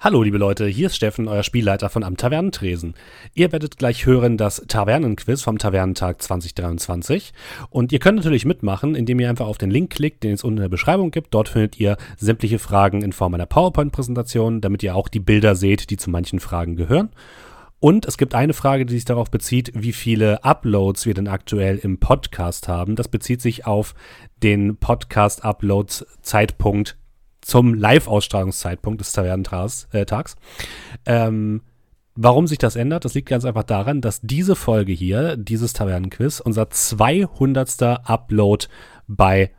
Hallo liebe Leute, hier ist Steffen, euer Spielleiter von Am Tavernentresen. Ihr werdet gleich hören das Tavernenquiz vom Tavernentag 2023 und ihr könnt natürlich mitmachen, indem ihr einfach auf den Link klickt, den es unten in der Beschreibung gibt. Dort findet ihr sämtliche Fragen in Form einer PowerPoint-Präsentation, damit ihr auch die Bilder seht, die zu manchen Fragen gehören. Und es gibt eine Frage, die sich darauf bezieht, wie viele Uploads wir denn aktuell im Podcast haben. Das bezieht sich auf den Podcast-Upload-Zeitpunkt zum Live-Ausstrahlungszeitpunkt des Tavernentags. Äh, Tags. ähm, warum sich das ändert, das liegt ganz einfach daran, dass diese Folge hier, dieses Tavernenquiz, unser 200. Upload bei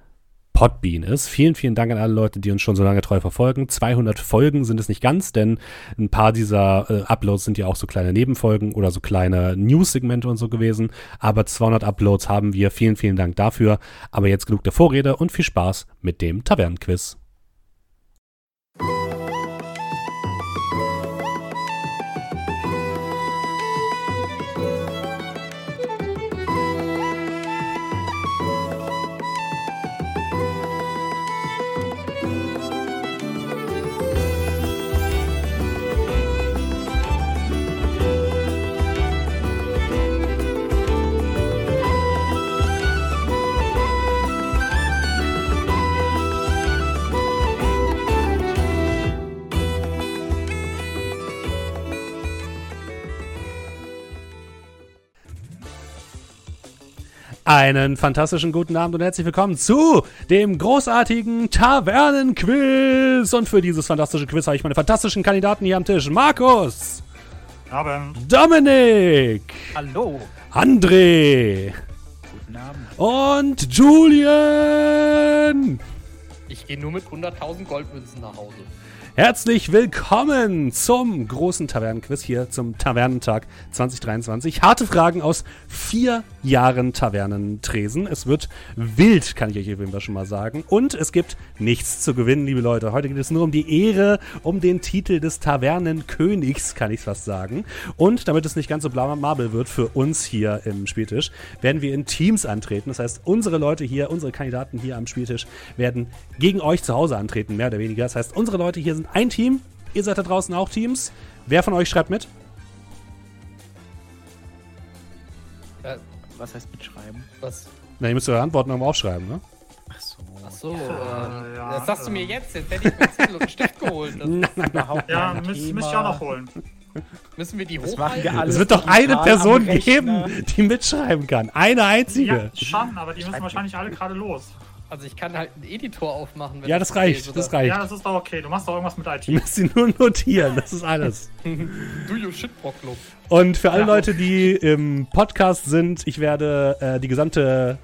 Podbean ist. Vielen, vielen Dank an alle Leute, die uns schon so lange treu verfolgen. 200 Folgen sind es nicht ganz, denn ein paar dieser äh, Uploads sind ja auch so kleine Nebenfolgen oder so kleine News-Segmente und so gewesen. Aber 200 Uploads haben wir. Vielen, vielen Dank dafür. Aber jetzt genug der Vorrede und viel Spaß mit dem Tavernenquiz. Einen fantastischen guten Abend und herzlich willkommen zu dem großartigen Tavernenquiz. Und für dieses fantastische Quiz habe ich meine fantastischen Kandidaten hier am Tisch. Markus, Abend. Dominik, Hallo. André Guten Abend. und Julian. Ich gehe nur mit 100.000 Goldmünzen nach Hause. Herzlich willkommen zum großen Tavernenquiz hier zum Tavernentag 2023. Harte Fragen aus vier Jahren Tavernentresen. Es wird wild, kann ich euch auf jeden Fall schon mal sagen. Und es gibt nichts zu gewinnen, liebe Leute. Heute geht es nur um die Ehre, um den Titel des Tavernenkönigs, kann ich fast sagen. Und damit es nicht ganz so blamabel wird für uns hier im Spieltisch, werden wir in Teams antreten. Das heißt, unsere Leute hier, unsere Kandidaten hier am Spieltisch werden gegen euch zu Hause antreten, mehr oder weniger. Das heißt, unsere Leute hier sind ein Team. Ihr seid da draußen auch Teams. Wer von euch schreibt mit? Äh, Was heißt mitschreiben? was? Na, ihr müsst eure Antworten irgendwo aufschreiben, ne? Ach so. Achso, ähm, ja, das sagst du mir ähm. jetzt. Jetzt hätte ich mir Zettel und einen Stift geholt. Das Überhaupt Ja, kein müsst, Thema. müsst ihr auch noch holen. müssen wir die Das machen wir hochhalten? alles. es wird doch eine digital Person am Rechner. geben, die mitschreiben kann. Eine einzige. Ja, schon, aber die müssen Schreibt wahrscheinlich alle gerade los. Also ich kann halt einen Editor aufmachen. Ja, Wenn das zählt, reicht. oder? Das reicht. Ja, das ist doch okay. Du machst doch irgendwas mit Ihr IT. müsst sie nur notieren. Das ist alles. Do you shit, Brocklo. Und für alle Ja. Leute, die im Podcast sind, ich werde äh, die gesamte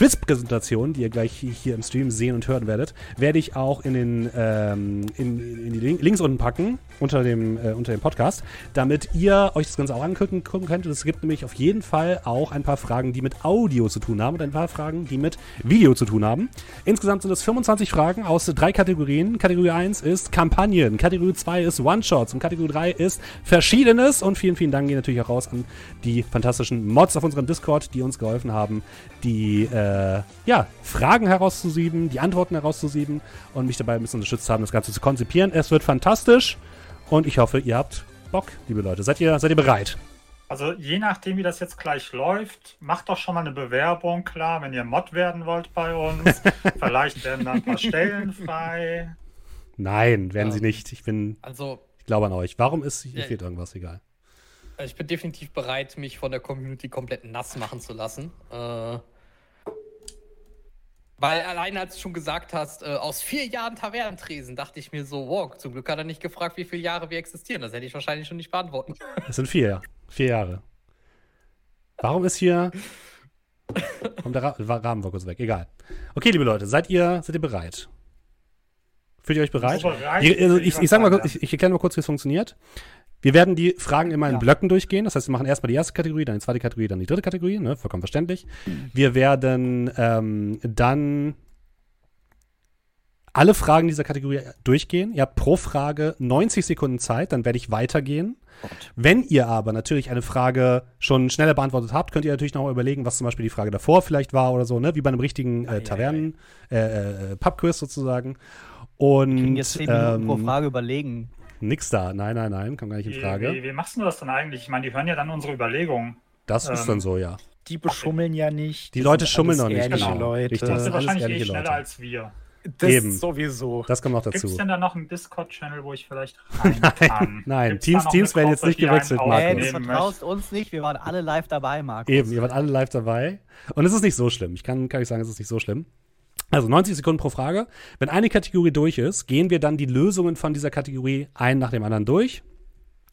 Quiz-Präsentation, die ihr gleich hier im Stream sehen und hören werdet, werde ich auch in den ähm, in, in die Link Links unten packen unter dem äh, unter dem Podcast, damit ihr euch das Ganze auch angucken gucken könnt. Es gibt nämlich auf jeden Fall auch ein paar Fragen, die mit Audio zu tun haben und ein paar Fragen, die mit Video zu tun haben. Insgesamt sind es 25 Fragen aus drei Kategorien. Kategorie 1 ist Kampagnen, Kategorie 2 ist One-Shots und Kategorie 3 ist Verschiedenes. Und vielen, vielen Dank gehen natürlich auch raus an die fantastischen Mods auf unserem Discord, die uns geholfen haben, die äh, ja, Fragen herauszusieben, die Antworten herauszusieben und mich dabei ein bisschen unterstützt haben, das Ganze zu konzipieren. Es wird fantastisch und ich hoffe, ihr habt Bock, liebe Leute. Seid ihr, seid ihr bereit? Also je nachdem, wie das jetzt gleich läuft, macht doch schon mal eine Bewerbung klar, wenn ihr Mod werden wollt bei uns. Vielleicht werden dann ein paar Stellen frei. Nein, werden Ja. sie nicht. Ich bin, Also ich glaube an euch. Warum ist, hier Ja. fehlt irgendwas, egal. äh, ich bin definitiv bereit, mich von der Community komplett nass machen zu lassen. Äh, weil allein als du schon gesagt hast, äh, aus vier Jahren Tavernentresen, dachte ich mir so, wow, zum Glück hat er nicht gefragt, wie viele Jahre wir existieren. Das hätte ich wahrscheinlich schon nicht beantworten Es sind vier, vier Jahre. Warum ist hier. Kommt der Ra Wa- Rahmen war kurz weg, egal. Okay, liebe Leute, seid ihr, seid ihr bereit? Fühlt ihr euch bereit? Super, bereit. Ihr, also ich, ich, sag mal, kurz- Ja. ich, ich erkläre mal kurz, wie es funktioniert. Wir werden die Fragen immer in Ja. Blöcken durchgehen. Das heißt, wir machen erstmal die erste Kategorie, dann die zweite Kategorie, dann die dritte Kategorie. Ne? Vollkommen verständlich. Wir werden ähm, dann alle Fragen dieser Kategorie äh, durchgehen. Ihr habt pro Frage 90 Sekunden Zeit, dann werde ich weitergehen. Wenn ihr aber natürlich eine Frage schon schneller beantwortet habt, könnt ihr natürlich noch mal überlegen, was zum Beispiel die Frage davor vielleicht war oder so, ne? wie bei einem richtigen äh, Tavernen, äh, äh, Pub-Quiz sozusagen. Und Wir können jetzt 10 Minuten pro ähm, Frage überlegen. Nix da. Nein, nein, nein, kommt gar nicht in Wie, Frage. wie, wie machst du das dann eigentlich? Ich meine, die hören ja dann unsere Überlegungen. Das ist ähm, dann so, ja. Die beschummeln ja nicht. Die das Leute sind schummeln alles noch nicht, ehrliche genau. Leute. Richtig. Das Das sind sind wahrscheinlich eh alles ehrliche schneller Leute. als wir. Das Eben. sowieso. Das kommt noch Gibt es dazu. denn da noch einen Discord-Channel, wo ich vielleicht rein kann? nein, Gibt's da Teams- noch Teams eine werden jetzt Gruppe, nicht die einen gewechselt, Markus. Ey, aufnehmen Äh, du Markus. vertraust uns nicht. Wir waren alle live dabei, Markus. Eben, ihr wart alle live dabei. Und es ist nicht so schlimm. Ich kann, kann euch sagen, es ist nicht so schlimm. Also 90 Sekunden pro Frage. Wenn eine Kategorie durch ist, gehen wir dann die Lösungen von dieser Kategorie ein nach dem anderen durch.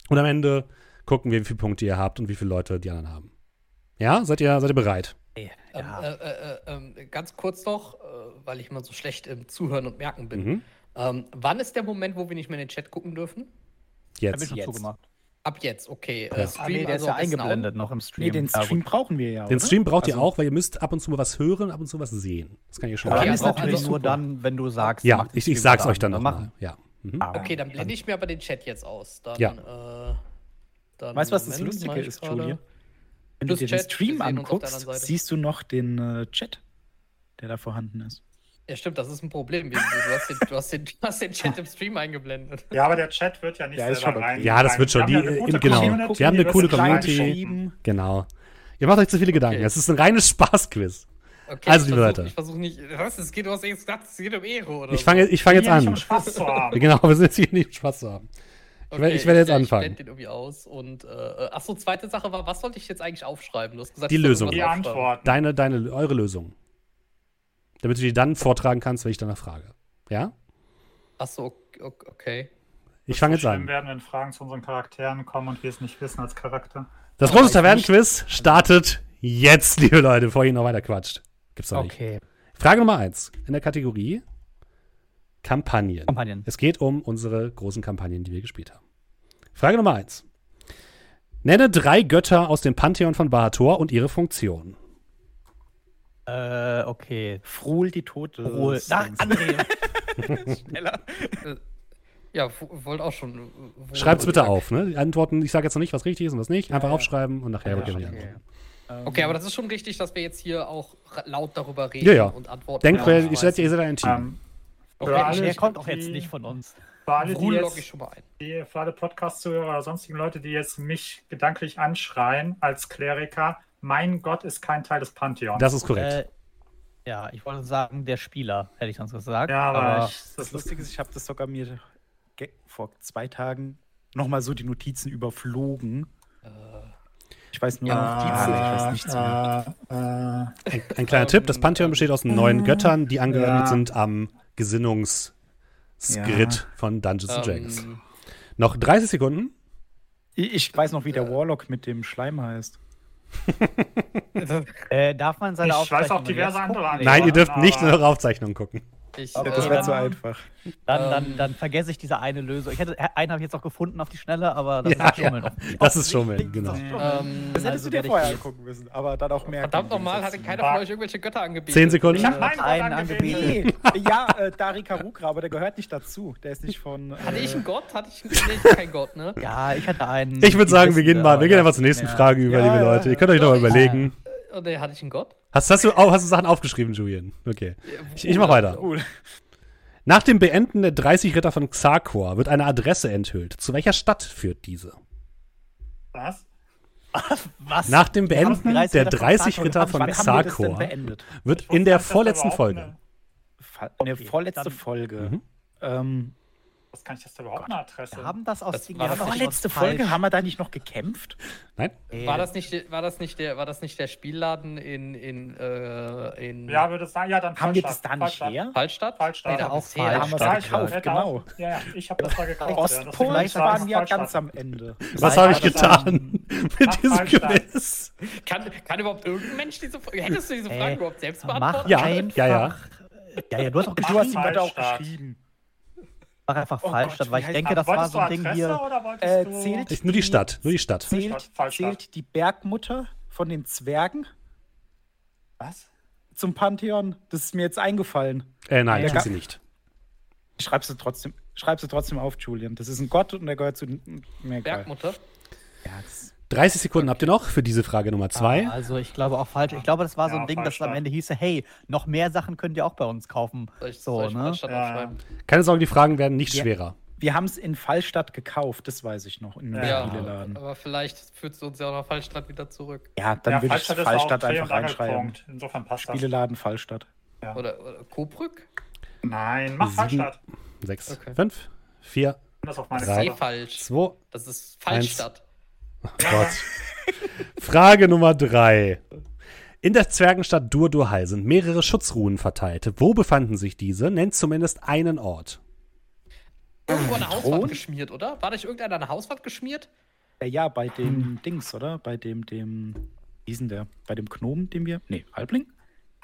Und am Ende gucken wir, wie viele Punkte ihr habt und wie viele Leute die anderen haben. Ja, seid ihr, seid ihr bereit? Ja. Ähm, äh, äh, äh, ähm, ganz kurz noch, äh, weil ich immer so schlecht im Zuhören und Merken bin. Mhm. Ähm, wann ist der Moment, wo wir nicht mehr in den Chat gucken dürfen? Hab ich Jetzt. schon Den jetzt. zugemacht. Ab jetzt, okay. Ja. Äh, Stream, Ah, nee, der also ist ja am besten eingeblendet noch im Stream. Nee, den Ja, gut. Stream brauchen wir ja. oder? Stream braucht ihr Also- auch, weil ihr müsst ab und zu mal was hören, ab und zu was sehen. Das kann ich schon Aber mal dann sagen. Okay, ist aber auch natürlich also- nur dann, wenn du sagst. Ja, mach den ich, ich Stream sag's wieder euch dann an. nochmal. Ja. Mhm. machen. Auf. Okay, dann blende ich mir aber den Chat jetzt aus. Dann, äh, dann Weißt du, was das Moment, Lustige mach ich ist, gerade- Julie? Wenn du Plus dir Chat, den Stream wir sehen uns auf der anguckst, anderen Seite. siehst du noch den äh, Chat, der da vorhanden ist. Ja, stimmt, das ist ein Problem. Du hast den, du hast den, du hast den Chat im Stream eingeblendet. Ja, aber der Chat wird ja nicht Ja, ist selber schon okay. rein. Ja, das wird schon. Wir haben Die- ja eine äh, gute genau. Community, Wir haben eine die coole wird klein Community. geschoben. Genau. Ihr macht euch zu viele Gedanken. Okay. Es ist ein reines Spaßquiz. Okay, Also, ich liebe versuch- Leute. Ich versuche nicht. Was? Es geht, du hast jetzt gesagt, es geht um Ehre, oder? Also Ich fange ich fang Hier jetzt an. Nicht, um Spaß zu haben. Genau, wir sind jetzt hier nicht um Spaß zu haben. so. ich werde- ich werde jetzt anfangen. Ich blende den irgendwie aus. Und, äh, achso, zweite Sache war, was sollte ich jetzt eigentlich aufschreiben? Du hast gesagt, Die ich soll Lösung. Die irgendwas aufschreiben. Antworten. Deine, deine, eure Lösung. Damit du die dann vortragen kannst, wenn ich danach frage. Ja? Achso, ok- ok- okay. Ich fange jetzt Schlimm an. werden, wenn Fragen zu unseren Charakteren kommen und wir es nicht wissen als Charakter. Das große Tavernenquiz startet jetzt, liebe Leute, bevor ihr noch weiter quatscht. Gibt's doch nicht. Okay, Frage Nummer eins in der Kategorie Kampagnen. Kampagnen. Es geht um unsere großen Kampagnen, die wir gespielt haben. Frage Nummer eins. Nenne drei Götter aus dem Pantheon von Bahator und ihre Funktion. Äh, okay. Frohl die Tote. Ruhe. Ach, André. Ja, wo- wollte auch schon. wo- Schreibt's bitte ja. auf, ne? Die Antworten, ich sage jetzt noch nicht, was richtig ist und was nicht. Einfach Oh, ja. aufschreiben und nachher Ja, beginnen die okay. Antworten. Okay, aber das ist schon richtig, dass wir jetzt hier auch ra- laut darüber reden Ja, ja. und antworten. Denkt, Ja, ihr, seid, ihr seid ein Team. Ähm, Okay, für Der alle, kommt auch jetzt die- nicht von uns. Für alle, die Ruhe logge ich jetzt, schon mal ein. die, für alle Podcast-Zuhörer oder sonstigen Leute, die jetzt mich gedanklich anschreien als Kleriker, mein Gott ist kein Teil des Pantheons. das ist korrekt. Äh, ja, ich wollte sagen, der Spieler, hätte ich sonst gesagt. ja, aber, ich, Das Lustige ist, ich habe das sogar mir ge- vor zwei Tagen nochmal so die Notizen überflogen. Ich weiß nur, Ja, Notizen, Äh. ich weiß nichts mehr. äh, äh, ein, ein kleiner Tipp: Das Pantheon besteht aus neun Göttern, die angeordnet Ja. sind am Gesinnungsskrit von Dungeons and Dragons. Ähm, Noch 30 Sekunden. Ich, ich weiß noch, wie der Warlock mit dem Schleim heißt. Äh, darf man seine Ich weiß Aufzeichnung auch diverse jetzt andere gucken? Antworten. Nein, ja, ihr dürft aber- nicht in eure Aufzeichnung gucken. ich, Ja, äh, das wäre zu einfach. Dann, dann, Ähm. dann vergesse ich diese eine Lösung. Ich hätte, einen habe ich jetzt auch gefunden auf die Schnelle, aber das Ja, ist ja Schummeln. offensichtlich. Das ist Schummeln, genau. ähm, Das hättest Also du dir werde ich vorher jetzt- angucken müssen, aber dann auch merken. verdammt wie das nochmal, hatte ist. keiner von euch irgendwelche Götter angebetet. Zehn Sekunden. ich habe meinen Gott einen angebetet. Nee, ja, äh, Dari Karukra, aber der gehört nicht dazu. Der ist nicht von. Äh, Hatte ich einen Gott? Hatte ich einen nee, ich hatte keinen Gott, ne? Ja, ich hatte einen. Ich würde sagen, wir wissen, gehen mal, aber wir gehen ja. einfach zur nächsten Ja. Frage über, Ja, liebe ja, Leute. Ihr ja. könnt euch nochmal überlegen. Oh, nee, hatte ich einen Gott? Hast, hast, du, auch, hast du Sachen aufgeschrieben, Julian? Okay. Ich, ich mach weiter. Cool. Nach dem Beenden der 30 Ritter von Xarkor wird eine Adresse enthüllt. Zu welcher Stadt führt diese? Was? Was? Nach dem Beenden haben die der 30 30 Ritter von Wann haben wir das denn Xarkor beendet? wird Ich wusste in der nicht, dass da vorletzten überhaupt Folge. Eine, Fa- Eine Okay, vorletzte dann- Folge. Mhm. Ähm, was kann ich das da überhaupt eine Adresse? Wir haben das aus Das wir war haben das vorletzte aus Folge, falsch- haben wir da nicht noch gekämpft? Nein? Ey, War das nicht, war das nicht, der, war das nicht der Spielladen in, in, äh, in ja, würde sagen, ja, dann Hm. Haben wir das Falstadt, da nicht Falstadt. her? Falstadt? Falstadt. da Auch ist Hera. Da haben wir Falstadt. es Falstadt. gekauft, genau. Ja, ja, ich habe das da gekauft. ja, das Ostpol deswegen sage ich waren ja Falstadt. ganz am Ende. Was habe ich das war- getan Ach, mit diesem Falstadt. Quiz? Kann, kann überhaupt irgendein Mensch diese Frage? Hättest du diese Äh, Frage überhaupt selbst Mach beantworten? Ja, einfach. ja, ja. Ja, ja, du hast auch Du hast ihm Falstadt. heute auch geschrieben. mach einfach Oh falsch, Gott, dann, wie weil ich heißt- denke, das war Wolltest so ein du Ding Adresse hier. oder wolltest Äh, du... zählt, Ich, nur die Stadt, nur die Stadt. zählt, Falstadt. zählt die Bergmutter von den Zwergen Was? zum Pantheon? Das ist mir jetzt eingefallen. Äh, nein, Ja. tut sie nicht. Ich Schreib sie trotzdem, schreib sie trotzdem auf, Julian. Das ist ein Gott und der gehört zu den. Mir egal. Bergmutter? 30 Sekunden habt ihr noch für diese Frage Nummer Ah, 2. Also ich glaube auch falsch. Ich glaube, das war so Ja, ein Ding, das am Falstadt. Ende hieße, hey, noch mehr Sachen könnt ihr auch bei uns kaufen. Soll ich, So, soll ich ne? Falstadt Ja, aufschreiben? Keine Sorge, die Fragen werden nicht Ja. schwerer. Wir haben es in Fallstadt gekauft, das weiß ich noch, in einem Ja. Spieleladen. aber vielleicht führt es uns ja auch nach Fallstadt wieder zurück. Ja, dann ja, würde ich Fallstadt ist Fallstadt auch Dreh- einfach und reinschreiben. Angelpunkt. Insofern passt das. Spieleladen Fallstadt. Oder, oder Kobrück? Nein, mach Sieben- Fallstadt. 6, Okay. 5, 4, Das auf meine Drei. Nee, Karte. falsch. 2, Das ist Fallstadt. Gott. Frage Nummer drei. In der Zwergenstadt Durdurhai sind mehrere Schutzruhen verteilt. Wo befanden sich diese? Nennt zumindest einen Ort. Irgendwo an der Thron? Hauswand geschmiert, oder? War da nicht irgendeiner an der Hauswand geschmiert? Ja, ja, bei dem Dings, oder? Bei dem, dem, wie ist denn der? Bei dem Gnomen, den wir. Nee, Halbling?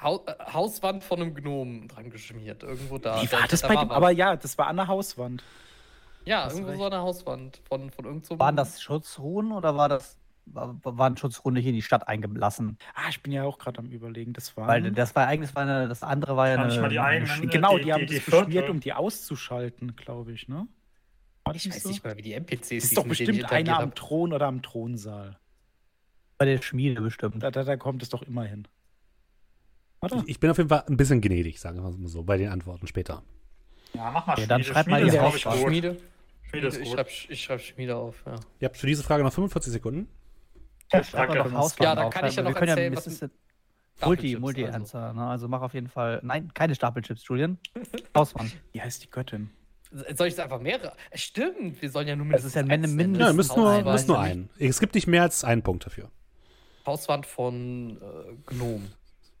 Hau- äh, Hauswand von einem Gnomen dran geschmiert. Irgendwo da. Wie Da- war das da bei dem? was. Aber ja, das war an der Hauswand. ja, Hast irgendwo recht. so an der Hauswand von, von irgend so einem- Waren das Schutzruhen oder war das, war- waren Schutzruhen nicht in die Stadt eingelassen? Ah, ich bin ja auch gerade am Überlegen. Das war. Weil das war eigentlich war eine, das andere war ja Kann Mhm. ich mal eine, die eine eigenen- Sch- die- genau, die, Äh, die- haben die das Viertel. beschmiert, um die auszuschalten, glaube ich, ne? War das Ich weiß nicht mal, wie die NPCs Das ist hießen, doch mit denen ich bestimmt einer am interagiert Thron oder am Thronsaal. bei der Schmiede bestimmt. Da, da, da kommt es doch immer hin. Ich, Oder? ich bin auf jeden Fall ein bisschen gnädig, sagen wir mal so, bei den Antworten später. Ja, mach mal Ja, dann schreib mal Schmiede die ist, Hauswand. habe. glaub ich, gut. Schmiede. Schmiede ist ich gut. schreibe ich schreib Schmiede auf, ja. Ihr habt für diese Frage noch 45 Sekunden. Schreib mal Danke. noch Hauswand Ja, da auf, kann ich ja weil Also wir noch können erzählen, das was ist mit ja Multi, Stapelchips, Multi-Answer. Ne? Also mach auf jeden Fall. Nein, keine Stapelchips, Julian. Hauswand. Wie heißt die Göttin? also. Soll ich es einfach mehrere? Stimmt, wir sollen ja nur Das ist ja mindestens Mende- eins nennen. Mindest- Ja, ihr müsst nur, Hauswahl, müsst nur nämlich- einen. Es gibt nicht mehr als einen Punkt dafür. Hauswand von äh, Gnom.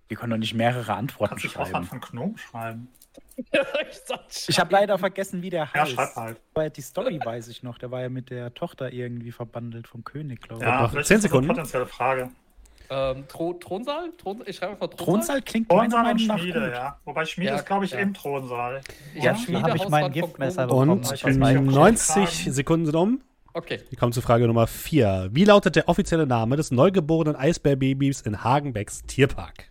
Wir können doch nicht mehrere Antworten Kannst du Hauswand schreiben. von Gnome schreiben? Ich habe leider vergessen, wie der Ja, heißt. schreib halt. Aber die Story weiß ich noch. Der war ja mit der Tochter irgendwie verbandelt vom König, glaube ich. Ja, noch vielleicht zehn ist das eine Sekunden. potenzielle Frage. ähm, Thro Thronsaal? Thron ich schreibe einfach Thronsaal. Thronsaal klingt meiner Thronsaal Meinung und nach Schmiede, gut. ja. Wobei Schmiede Ja, ist, glaube ich, ja. im Thronsaal. Ich hab Ja, Schmiede, da hab ich Hauswand mein von Giftmesser Gnom. bekommen. Und Ich weiß nicht, ob ich 90 Fragen- Sekunden sind um. Okay. Wir kommen zu Frage Nummer 4. Wie lautet der offizielle Name des neugeborenen Eisbärbabys in Hagenbecks Tierpark?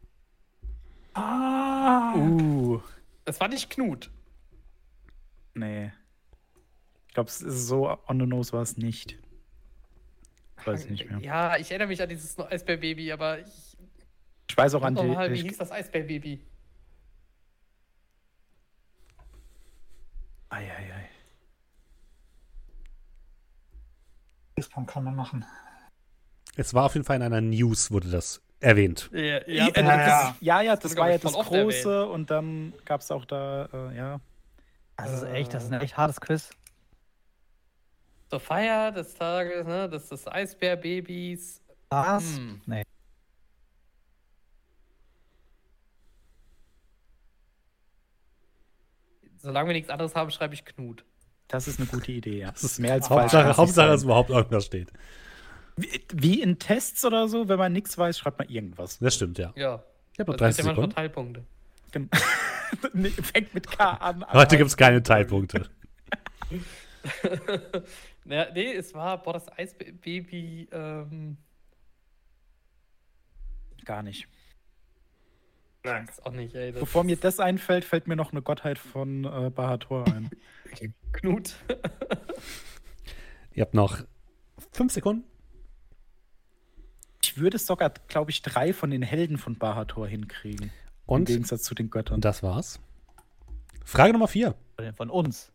Ah. Uh. Es war nicht Knut. Nee. Ich glaube, es ist so on the nose war es nicht. Weiß ich nicht mehr. Ja, ich erinnere mich an dieses Eisbärbaby, aber ich. Ich weiß auch an Warte mal, die. wie Ich, hieß das Eisbärbaby? ei, ei, ei. Das kann kann man machen. Es war auf jeden Fall in einer News, wurde das erwähnt. Ja, ja, Ja, ja. das, Äh, ja, ja, das wurde, war glaub ja ich, das voll oft Große und dann gab es auch da, äh, ja. Das ist echt, das ist ein echt hartes Quiz. Zur Feier des Tages, ne? Das ist Eisbärbabys. Was? Hm. Nee. Solange wir nichts anderes haben, schreibe ich Knut. Das ist eine gute Idee, ja. Das ist mehr als falsch, Hauptsache, kann's nicht Hauptsache, sein. dass überhaupt irgendwas steht. Wie, wie in Tests oder so, wenn man nichts weiß, schreibt man irgendwas. Das stimmt, ja. Ja. Ich habe noch Das Also, 30 sind ja manchmal Sekunden. Teilpunkte. Gen- Genau. nee, fängt mit K an. Heute gibt es keine Teilpunkte. Naja, nee, es war, boah, das Eisbaby, ähm, gar nicht. Blank. ist auch nicht, ey. Das Bevor mir das einfällt, fällt mir noch eine Gottheit von äh, Bahator ein. Knut. Ihr habt noch 5 Sekunden. Ich würde sogar, glaube ich, drei von den Helden von Bahator hinkriegen. Im Und Gegensatz zu den Göttern. das war's. Frage Nummer 4. Von- Von uns.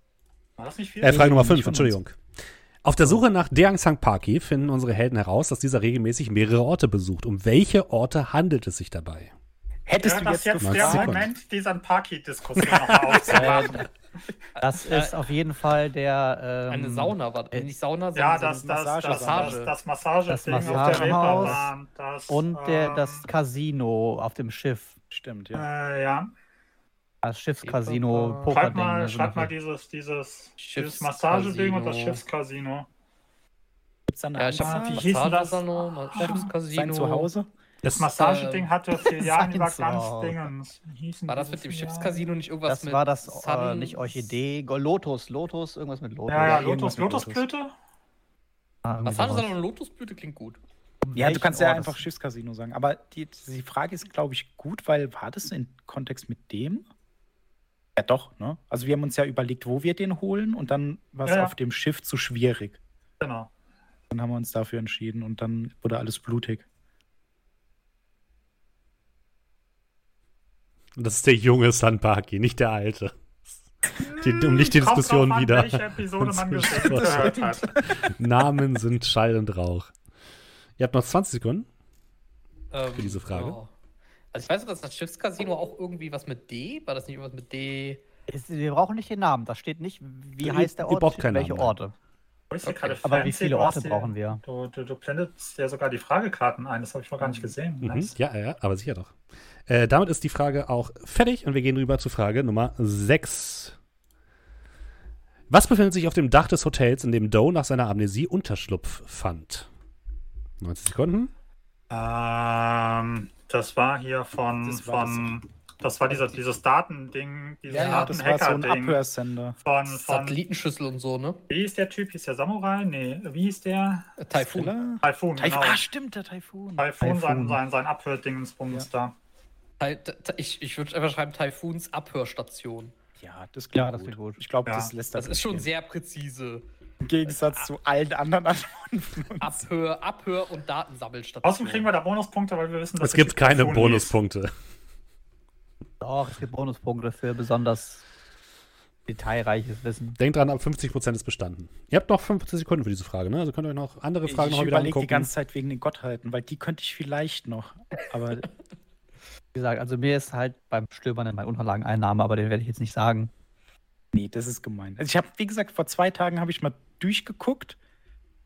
War das nicht viel? Äh, Frage Nummer 5, nicht von uns. Entschuldigung. Auf der Suche nach Deang Sang Paki finden unsere Helden heraus, dass dieser regelmäßig mehrere Orte besucht. Um welche Orte handelt es sich dabei? Hättest Wäre du das jetzt, jetzt gefragt, der Sekunden. Moment, diesen Parky-Diskussion nochmal aufzumachen? Das ist auf jeden Fall der. Ähm, Äh, Eine Sauna war das. äh, Nicht Sauna, sondern ja, so das, eine das, das, das, Massage. das, Massageding auf Das der Massagehaus Reeperbahn. Das, Und der, ähm, das Casino auf dem Schiff. Stimmt, ja. Äh, ja. Das Schiffscasino, Schreib Pokerding. Schreib mal, also schreib mal dafür. dieses, dieses, dieses Schiffs- Massageding und das Casino. Schiffscasino. Gibt's da eine Ja, ich Ah, hab Anzahl? wie ein hieß denn das? Massagesalon, Ah, ein Sein Schiffscasino. Zuhause? Es, Massageding ähm, hatte vier Jahre über Äh, Science ganz Wow. Dingens. Wie hießen War das diese mit dem vier Jahre? Schiffscasino nicht irgendwas Das mit war das äh, Sun- nicht Orchidee, Go- Lotus, Lotus, irgendwas mit Lotus. Ja, ja, Ja, Lotus, irgendwas mit Lotus. Lotusblüte? Ah, irgendwie sowas. Massagesalon und Lotusblüte klingt gut. Ja, du welchen kannst ja Ort einfach ist- Schiffscasino sagen. Aber die, die Frage ist, glaube ich, gut, weil war das in Kontext mit dem? Ja, doch, ne? Also wir haben uns ja überlegt, wo wir den holen und dann war es Ja, ja. auf dem Schiff zu schwierig. Genau. Dann haben wir uns dafür entschieden und dann wurde alles blutig. das ist der junge San Paki, nicht der alte. die, um nicht die Kommt drauf Diskussion an, wieder. Welche Episode man Das gesehen gehört hat. Namen sind Schall und Rauch. Ihr habt noch 20 Sekunden. Ähm, Für diese Frage. ja. Also ich weiß nicht, dass das Schiffscasino auch irgendwie was mit D? War das nicht irgendwas mit D? Es, wir brauchen nicht den Namen. Da steht nicht, wie Ihr- heißt der ihr Ort, braucht keinen welche Namen, nein. Orte. Wo ist hier Okay. gerade Aber wie fancy? viele Du hast Orte hier- brauchen wir? Du, du, du blendest ja sogar die Fragekarten ein, das habe ich noch gar nicht gesehen. Mhm. Nice. Ja, ja, aber sicher doch. Äh, damit ist die Frage auch fertig und wir gehen rüber zu Frage Nummer 6. Was befindet sich auf dem Dach des Hotels, in dem Doe nach seiner Amnesie Unterschlupf fand? 90 Sekunden. Ähm, das war hier von. Das Das war war, von, das war dieser, dieses Datending, dieses Ja, ja, das war so ein Datenhacker-Ding. Abhörsender. von, von, Satellitenschüssel und so, ne? wie ist der Typ? Ist der Samurai? Nee, wie ist der? Äh, Taifun. Oder? Taifun, genau. Taifun. Ah, stimmt, der Taifun. Taifun, sein, Taifun. sein, sein Abhördingensbums da. Tai- ta- ta- Ich, ich würde einfach schreiben, Taifuns Abhörstation. Ja, das klingt Ja, das gut. klingt gut. Ich glaube, Ja. das lässt Das ist schon gehen. sehr präzise. Im Gegensatz zu allen anderen Antworten von uns. Abhör, Abhör- und Datensammelstation. Außerdem kriegen wir da Bonuspunkte, weil wir wissen, dass Es gibt ich keine Taifun Bonuspunkte. Doch, es gibt Bonuspunkte für besonders detailreiches Wissen. Denkt dran, ab 50% ist bestanden. Ihr habt noch 15 Sekunden für diese Frage, ne? Also könnt ihr euch noch andere Fragen ich noch mal wieder überlege angucken. die ganze Zeit wegen den Gottheiten, weil die könnte ich vielleicht noch. Aber Wie gesagt, also mir ist halt beim Stöbern in meinen Unterlagen ein Name, aber den werde ich jetzt nicht sagen. nee, das ist gemein. Also ich habe, wie gesagt, vor zwei Tagen habe ich mal durchgeguckt.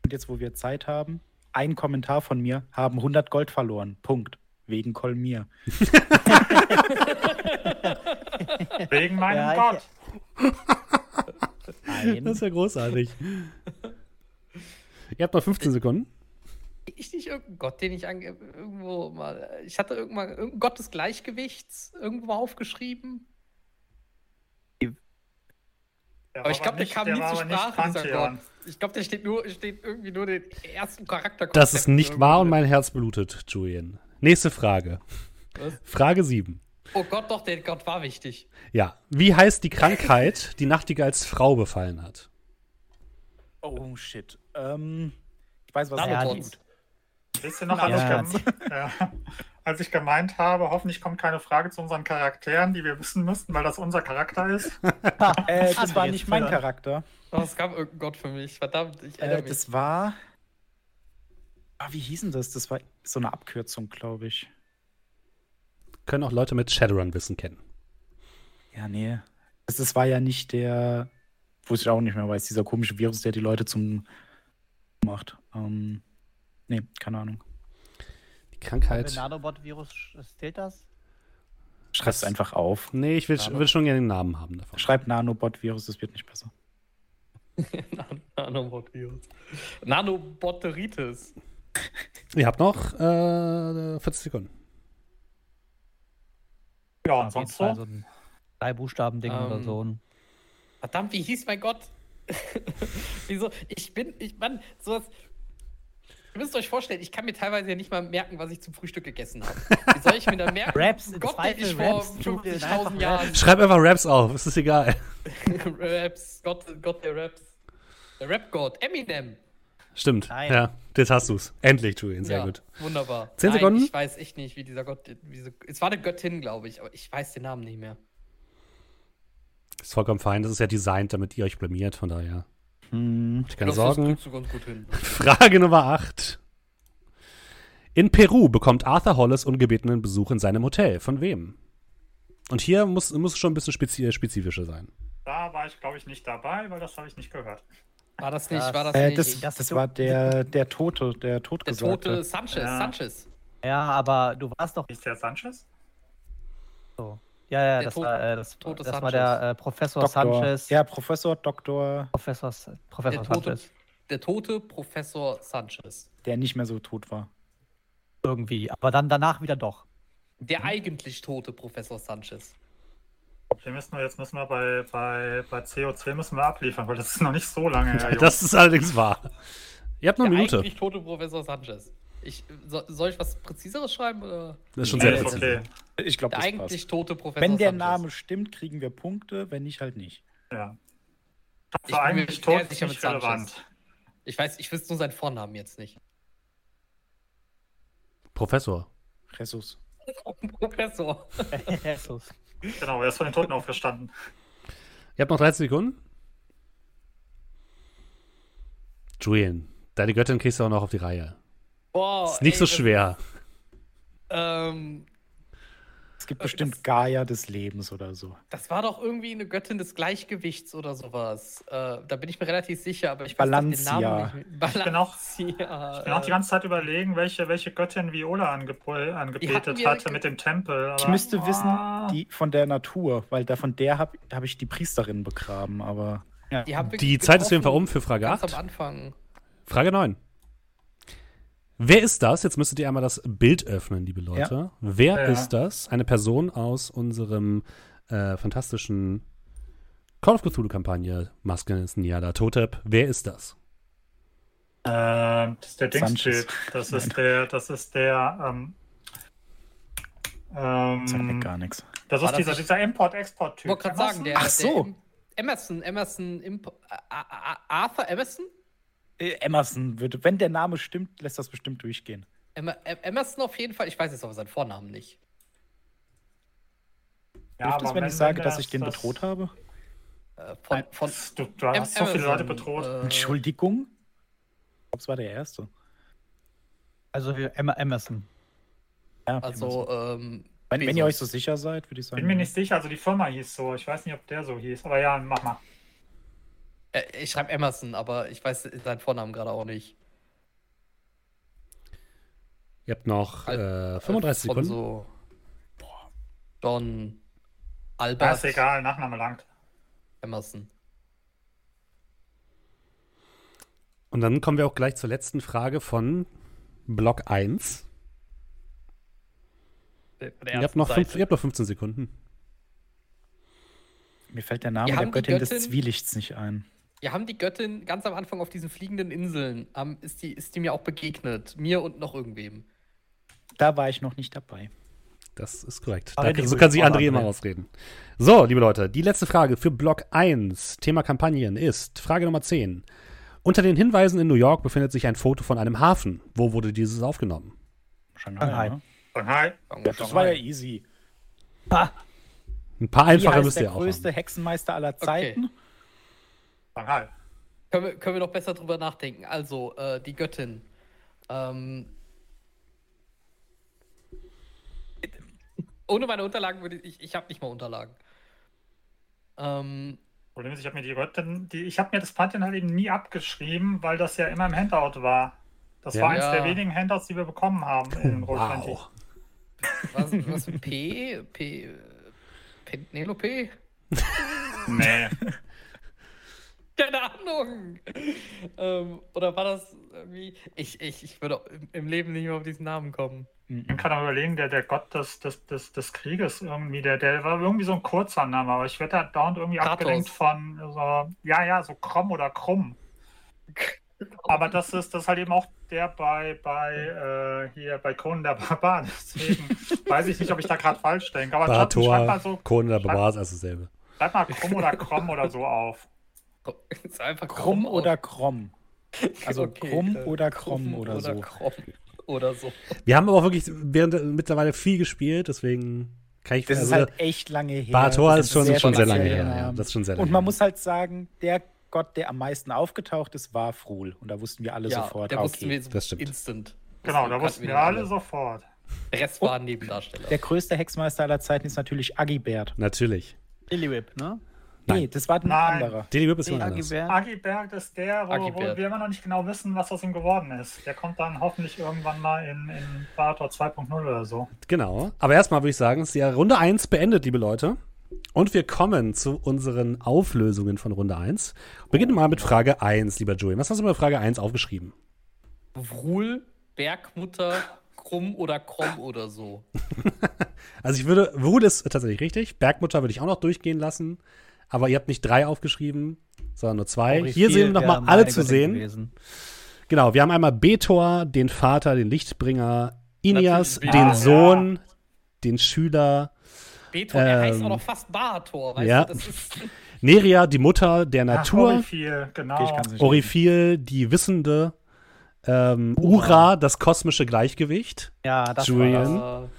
Und jetzt, wo wir Zeit haben, ein Kommentar von mir, haben 100 Gold verloren. Punkt. Wegen Kolmir. ist. Wegen meinem Ja, ich- Gott. Das ist ja großartig. ihr habt noch 15 Sekunden. Ich nicht irgendeinen Gott, den ich ange irgendwo mal. Ich hatte irgendwann irgendein Gott des Gleichgewichts irgendwo mal aufgeschrieben. Der Aber war ich glaube, der nicht- kam nie war zur aber nicht Sprache, dieser Pantheon. Gott. Ich glaube, der steht nur, steht irgendwie nur den ersten Charakter. Das ist nicht wahr und mein Herz blutet, Julian. Nächste Frage. Was? Frage 7. Oh Gott, doch, der Gott war wichtig. Ja. Wie heißt die Krankheit, die Nachtigall als Frau befallen hat? Oh, shit. Ähm, ich weiß, was Na, ja, er die- tut. Wisst ihr noch, Ja. als, ich gem- ja, als ich gemeint habe, hoffentlich kommt keine Frage zu unseren Charakteren, die wir wissen müssten, weil das unser Charakter ist? Äh, das war jetzt nicht mein wieder. Charakter. Oh, es gab irgendeinen Gott für mich. Verdammt, ich erinnere Äh, mich. das war. Ah, wie hießen das? Das war so eine Abkürzung, glaube ich. Können auch Leute mit Shadowrun-Wissen kennen. Ja, nee. Das, das war ja nicht der, wo ich auch nicht mehr weiß, dieser komische Virus, der die Leute zum macht. Ähm, nee, keine Ahnung. Die Mit Krankheit. Nanobot-Virus sch- zählt das? Schreib's Das- einfach auf. Nee, ich will, will schon gerne den Namen haben davon. Schreib Nanobot-Virus, das wird nicht besser. Nan- Nanobot-Virus. Nanoboteritis. Ihr habt noch äh, 40 Sekunden. Ja, Auf und jeden sonst Fall so? so ein Drei-Buchstaben-Ding Ähm, oder so. ein- Verdammt, wie hieß mein Gott? Wieso? Ich bin, ich, Mann, sowas. Ihr müsst euch vorstellen, ich kann mir teilweise ja nicht mal merken, was ich zum Frühstück gegessen habe. Wie soll ich mir dann merken? Raps, einen im Gott, den Zweifel ich vor Raps, du, wir sind 50.000 einfach Jahren. Schreib einfach Raps auf, es ist egal. Raps, Gott, Gott der Raps. Der Rap-Gott, Eminem. Stimmt. Nein. Ja, jetzt hast du's. Endlich, Julian, sehr Ja, gut. Wunderbar. Zehn Nein, Sekunden? Ich weiß echt nicht, wie dieser Gott. Wie diese, es war eine Göttin, glaube ich, aber ich weiß den Namen nicht mehr. Ist vollkommen fein. Das ist ja designt, damit ihr euch blamiert, von daher. Hm, Keine Doch, Das Sorgen. kriegst du ganz gut hin. Frage Nummer 8. In Peru bekommt Arthur Hollis ungebetenen Besuch in seinem Hotel. Von wem? Und hier muss, muss es schon ein bisschen spezi spezifischer sein. Da war ich, glaube ich, nicht dabei, weil das habe ich nicht gehört. War das nicht? Das- war das äh, nicht? das, das war der, der Tote, der der Totgesagte. tote Sanchez. Ja. Sanchez. Ja, aber du warst doch. Wie ist der Sanchez? So. Ja, ja, Der das Tod- war, äh, das, Tote das Sanchez. war der äh, Professor Doktor. Sanchez. Ja, Professor, Doktor, Professor, S- Der Professor tote, Sanchez. der tote Professor Sanchez. der nicht mehr so tot war. Irgendwie. Aber dann danach wieder doch. Der eigentlich tote Professor Sanchez. Wir müssen, jetzt müssen wir bei, bei, bei CO2 müssen wir abliefern, weil das ist noch nicht so lange her. Jungs. Das ist allerdings wahr. Ihr habt Der eine Minute. eigentlich tote Professor Sanchez. Ich, so, soll ich was Präziseres schreiben? Oder? Das ist schon Nee, sehr ist präzise. okay. Ich glaube, Der das eigentlich passt. tote Professor Wenn der Sanchez. Name stimmt, kriegen wir Punkte, wenn nicht, halt nicht. Ja. Ich Das war bin mir eigentlich sehr tot, sicher nicht mit Sanchez. relevant. Ich weiß, ich wüsste nur seinen Vornamen jetzt nicht. Professor. Jesus. Professor. Jesus. Genau, er ist von den Toten aufgestanden. Ihr habt noch 30 Sekunden. Julian, deine Göttin kriegst du auch noch auf die Reihe. Boah, ist nicht Oh, ey, so das- schwer. Ähm, Es gibt Äh, bestimmt das- Gaia des Lebens oder so. das war doch irgendwie eine Göttin des Gleichgewichts oder sowas. Äh, da bin ich mir relativ sicher, aber ich Balancia. nicht. mehr. bin auch- Balancia. Ich bin auch die ganze Zeit überlegen, welche, welche Göttin Viola angepo- hatten angebetet wir- hatte mit dem Tempel. Aber, Ich müsste Ah, wissen, die von der Natur, weil da von der habe hab ich die Priesterin begraben, aber die, haben wir Die Zeit ist auf jeden Fall getroffen, um für Frage Ganz am 8. Anfang. Frage 9. Wer ist das? Jetzt müsstet ihr einmal das Bild öffnen, liebe Leute. Wer Ja. ist das? Eine Person aus unserem äh, fantastischen Call of Cthulhu-Kampagne. Maske ist Niada Totep. Wer ist das? ähm, das ist der Sanchez. Dingstyp. Das ist der, das ist der, ähm, das sagt mir ähm, gar nichts. das War ist das dieser, nicht- dieser Ich Import-Export-Typ. wollte gerade sagen, der, Ach so. der Em- Emerson, Emerson, Imp A- A- A- Arthur Emerson? Äh, Emerson würde, wenn der Name stimmt, lässt das bestimmt durchgehen. Em Em- E- Emerson auf jeden Fall, ich weiß jetzt aber seinen Vornamen nicht. Hilft es, aber wenn ich sage, dass das- ich den das- bedroht habe? Äh, von, von Du, du hast Em- so viele Leute Emerson, bedroht. äh, Entschuldigung? Ich glaube, es war der erste. Also wir Emma Emerson. Ja, Emerson. Also, ähm, wenn, wenn ihr Bezos. euch so sicher seid, würde ich sagen. Bin mir nicht sicher, also die Firma hieß so. Ich weiß nicht, ob der so hieß. Aber ja, mach mal. Äh, Ich schreibe Emerson, aber ich weiß seinen Vornamen gerade auch nicht. Ihr habt noch äh, 35 Von Sekunden. So, boah, Don Albert Das ist egal, Nachname langt. Emerson. Und dann kommen wir auch gleich zur letzten Frage von Block 1. Ihr habt, noch fünf, ihr habt noch 15 Sekunden. Mir fällt der Name Wir der haben die Göttin des Göttin- Zwielichts nicht ein. Wir haben die Göttin ganz am Anfang auf diesen fliegenden Inseln, ähm, ist, die, ist die mir auch begegnet. Mir und noch irgendwem. Da war ich noch nicht dabei. Das ist korrekt. Aber Da, die kann- so Rüge kann sich vorne André immer ne? anreden. ausreden. So, liebe Leute, die letzte Frage für Block 1, Thema Kampagnen, ist Frage Nummer 10. Unter den Hinweisen in New York befindet sich ein Foto von einem Hafen. Wo wurde dieses aufgenommen? Ah, Shanghai. Shanghai. ne? Shanghai. Das war ja easy. Ein paar Wie einfache heißt müsst der ihr auch. größte Haben. Hexenmeister aller Zeiten? Shanghai. Können wir, können wir noch besser drüber nachdenken. Also, äh, die Göttin. Ähm, ohne meine Unterlagen würde ich. Ich habe nicht mal Unterlagen. Ähm, Problem ist, ich habe mir die Rötten, die, ich habe mir das Pantheon halt eben nie abgeschrieben, weil das ja immer im Handout war. Das Ja. war eins Ja. der wenigen Handouts, die wir bekommen haben in Roll20. Wow. was, was P? P. Penelope? Nee. Keine Ahnung. Ähm, oder war das irgendwie. Ich, ich, ich würde im, im Leben nicht mehr auf diesen Namen kommen. Mhm. Man kann aber überlegen, der, der Gott des, des, des, des Krieges irgendwie, der, der war irgendwie so ein kurzer Name, aber ich werde da dauernd irgendwie Kratos. abgelenkt von so, ja, ja, so krumm oder krumm. Aber das ist das ist halt eben auch der bei, bei äh, hier bei Conan der Barbar. Deswegen weiß ich nicht, ob ich da gerade falsch denke. Aber trotzdem schreibt mal so, Barator, Kone oder schreibt- Barbar ist alles dasselbe. schreibt mal krumm oder krumm oder so auf. Ist einfach Krumm auf- oder Krom? Also Okay, krumm äh, oder krumm oder so. Krumm oder so. Wir haben aber auch wirklich während, mittlerweile viel gespielt, deswegen kann ich Das ist also, halt echt lange her. Barator Das ist sind schon sehr, schon sehr lange spezielle her. Ja, Namen. das ist schon sehr lange Und man her. muss halt sagen, der Gott, der am meisten aufgetaucht ist, war Frul. Und da wussten wir alle ja, sofort. da ah, wussten wir okay. so das stimmt. instant. Genau, da Deswegen kannten wussten die wir alle sofort. Der Rest waren Nebendarsteller. Der größte Hexenmeister aller Zeiten ist natürlich Agibert. Natürlich. Lillywhip, ne? Nee, das war ein Nein. anderer. Deli Whip ist jemand anders. Agibert. Agiberg ist der, wo, wo Agiberg. wir immer noch nicht genau wissen, was aus ihm geworden ist. Der kommt dann hoffentlich irgendwann mal in, in Barator 2.0 oder so. Genau. Aber erstmal würde ich sagen, ist die Runde 1 beendet, liebe Leute. Und wir kommen zu unseren Auflösungen von Runde 1. Beginnen wir mal mit Frage 1, lieber Julian. Was hast du bei Frage 1 aufgeschrieben? Wruhl, Bergmutter, Krumm oder Krumm oder so. Also ich würde, Wut ist tatsächlich richtig. Bergmutter würde ich auch noch durchgehen lassen. Aber ihr habt nicht drei aufgeschrieben, sondern nur zwei. Hier sehen wir nochmal alle zu sehen. Genau, wir haben einmal Betor, den Vater, den Lichtbringer, Inias, Natürlich den Betor. Sohn, den Schüler, Beton, der heißt auch Ähm, noch fast Barator, weißt ja. du? Das ist, Neria, die Mutter, der Ach, Natur. Orifil, genau. Okay, ich kann's nicht lesen. Orifil, die Wissende, ähm, Ura, das kosmische Gleichgewicht. Ja, das Julian. war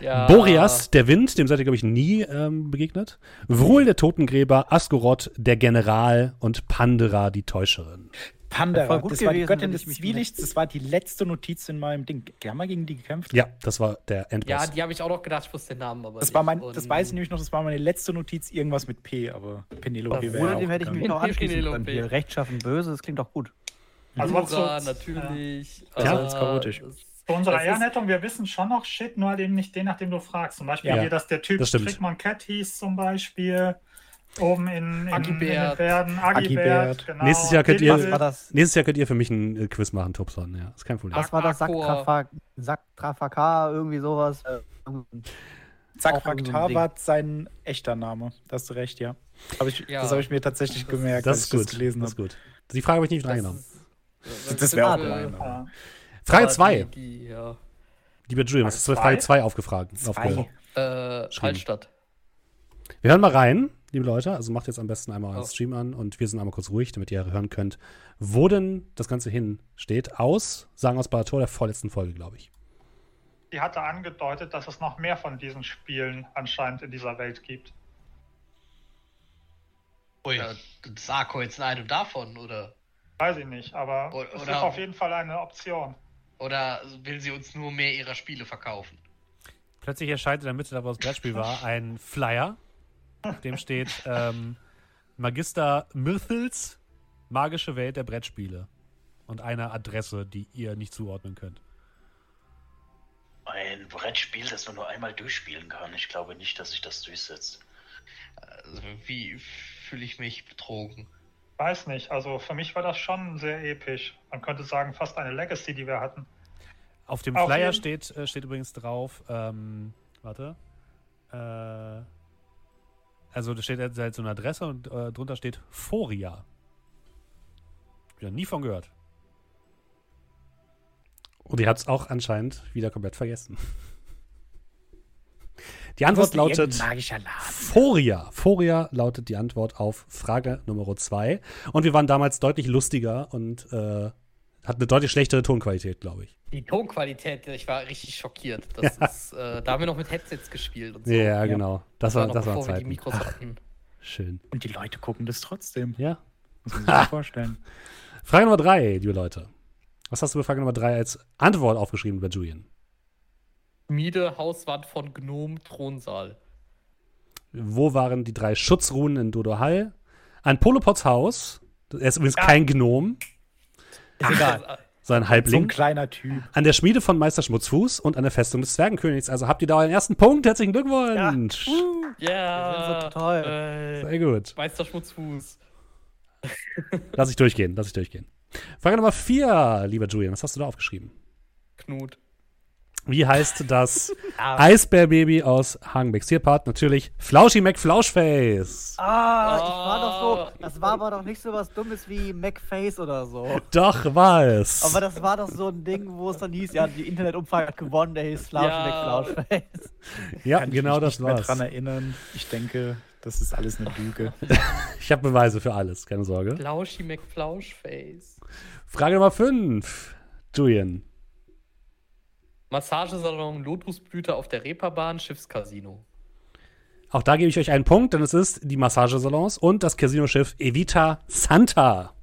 äh, Ja. Boreas, der Wind, dem seid ihr, glaube ich, nie ähm, begegnet. Vrohl, der Totengräber, Asgoroth, der General und Pandera, die Täuscherin. Panda, Das war gut das war die gewesen, Göttin wenn des ich mich Zwielichts, das war die letzte Notiz in meinem Ding. Haben wir gegen die gekämpft? Ja, das war der Endboss. Ja, die habe ich auch noch gedacht, ich wusste den Namen, aber. Das nicht. war mein, Und- das weiß ich nämlich noch, das war meine letzte Notiz, irgendwas mit P, aber Penelope wäre Ohne auch dem hätte ich gegangen. mich noch anschließen Penelope. können. Hier, rechtschaffen, böse, das klingt doch gut. Also was Jura, zu- natürlich. Das ist äh, alles chaotisch. das- Zu unserer das ist- Ehrenrettung, wir wissen schon noch Shit, nur halt eben nicht den, nach dem du fragst. Zum Beispiel Ja, hier, dass der Typ das stimmt. Trickmon Cat hieß zum Beispiel. Oben in, in, in den Agibert. Bergen. Agibert. Agibert, genau. Nächstes Jahr könnt ihr- Was Dinsel. war das? Nächstes Jahr könnt ihr für mich ein äh, Quiz machen, Topson. Ja, ist kein Problem. Was war das? Aqua. Sacktrafa- Sacktrafaka, irgendwie sowas. äh, irgendwie- Zack, auch irgend so ein Raktar Ding. war sein echter Name. Da hast du recht, ja. Hab ich, Ja. Das habe ich mir tatsächlich gemerkt, das als ist ich gut. das gelesen das habe. ist gut. Die Frage habe ich nicht genau. reingenommen. ist- Das wäre auch äh, meine. Ja. Frage aber 2. die- die, Ja. Lieber Julian, was hast du bei zwei? Frage 2 aufgefragt? aufgehoben? Zwei. Äh, Hallstatt. Wir hören mal rein, liebe Leute. Also macht jetzt am besten einmal euren Oh. Stream an und wir sind einmal kurz ruhig, damit ihr hören könnt, wo denn das Ganze hin steht. Aus, sagen aus Barator, der vorletzten Folge, glaube ich. Die hatte angedeutet, dass es noch mehr von diesen Spielen anscheinend in dieser Welt gibt. Ui, das Arco jetzt in einem davon, oder? Weiß ich nicht, aber Oder- es ist oder- auf jeden Fall eine Option. Oder will sie uns nur mehr ihrer Spiele verkaufen? Plötzlich erscheint in der Mitte, da wo das Brettspiel war, ein Flyer. Auf dem steht ähm, Magister Myrthels Magische Welt der Brettspiele. Und eine Adresse, die ihr nicht zuordnen könnt. Ein Brettspiel, das man nur einmal durchspielen kann. Ich glaube nicht, dass sich das durchsetzt. Also, wie fühle ich mich betrogen? Weiß nicht, also für mich war das schon sehr episch. Man könnte sagen, fast eine Legacy, die wir hatten. Auf dem Auf Flyer jeden- steht, äh, steht übrigens drauf, ähm, warte. Äh, also da steht jetzt halt so eine Adresse und äh, drunter steht Foria. Ja, nie von gehört. Und ihr habt es auch anscheinend wieder komplett vergessen. Die Antwort lautet Magischer Laden. Foria. Foria lautet die Antwort auf Frage Nummer 2. Und wir waren damals deutlich lustiger und äh, hatten eine deutlich schlechtere Tonqualität, glaube ich. Die Tonqualität, ich war richtig schockiert. Das ist, äh, da haben wir noch mit Headsets gespielt und so. Ja, genau. Das, war, noch das war bevor wir die Zeit. Mikros hatten. Schön. Und die Leute gucken das trotzdem. Ja. Muss man sich Ah. mal vorstellen. Frage Nummer 3, liebe Leute. Was hast du bei Frage Nummer 3 als Antwort aufgeschrieben bei Julian? Miede, Hauswand von Gnom, Thronsaal. Wo waren die drei Schutzruhen in Dodo Hall? An Polopots Haus. Er ist übrigens kein Gnom, Ist egal. sondern So ein Halbling. kleiner Typ. an der Schmiede von Meister Schmutzfuß und an der Festung des Zwergenkönigs. Also habt ihr da euren ersten Punkt. Herzlichen Glückwunsch. äh, Ja. Wir sind so toll. Äh, Sehr gut. Meister Schmutzfuß. Lass ich durchgehen, lass ich durchgehen. Frage Nummer 4, lieber Julian, was hast du da aufgeschrieben? Knut. Wie heißt das Eisbärbaby aus Hagenbecks Tierpark? Natürlich Flauschi McFlauschface. Ah, ich Ah. war doch so. Das war aber doch nicht so was Dummes wie McFace oder so. Doch was. Aber das war doch so ein Ding, wo es dann hieß, ja, die Internetumfrage hat gewonnen, der hieß Slouch Ja. McFlauschface. ja, Kann ich genau mich das nicht mehr war's. dran erinnern. Ich denke, das ist alles eine Lüge. Ich habe Beweise für alles, keine Sorge. Flauschi McFlauschface. Frage Nummer 5. Julian. Massagesalon Lotusblüte auf der Reeperbahn, Schiffscasino. Auch da gebe ich euch einen Punkt, denn es ist die Massagesalons und das Casinoschiff Evita Santa.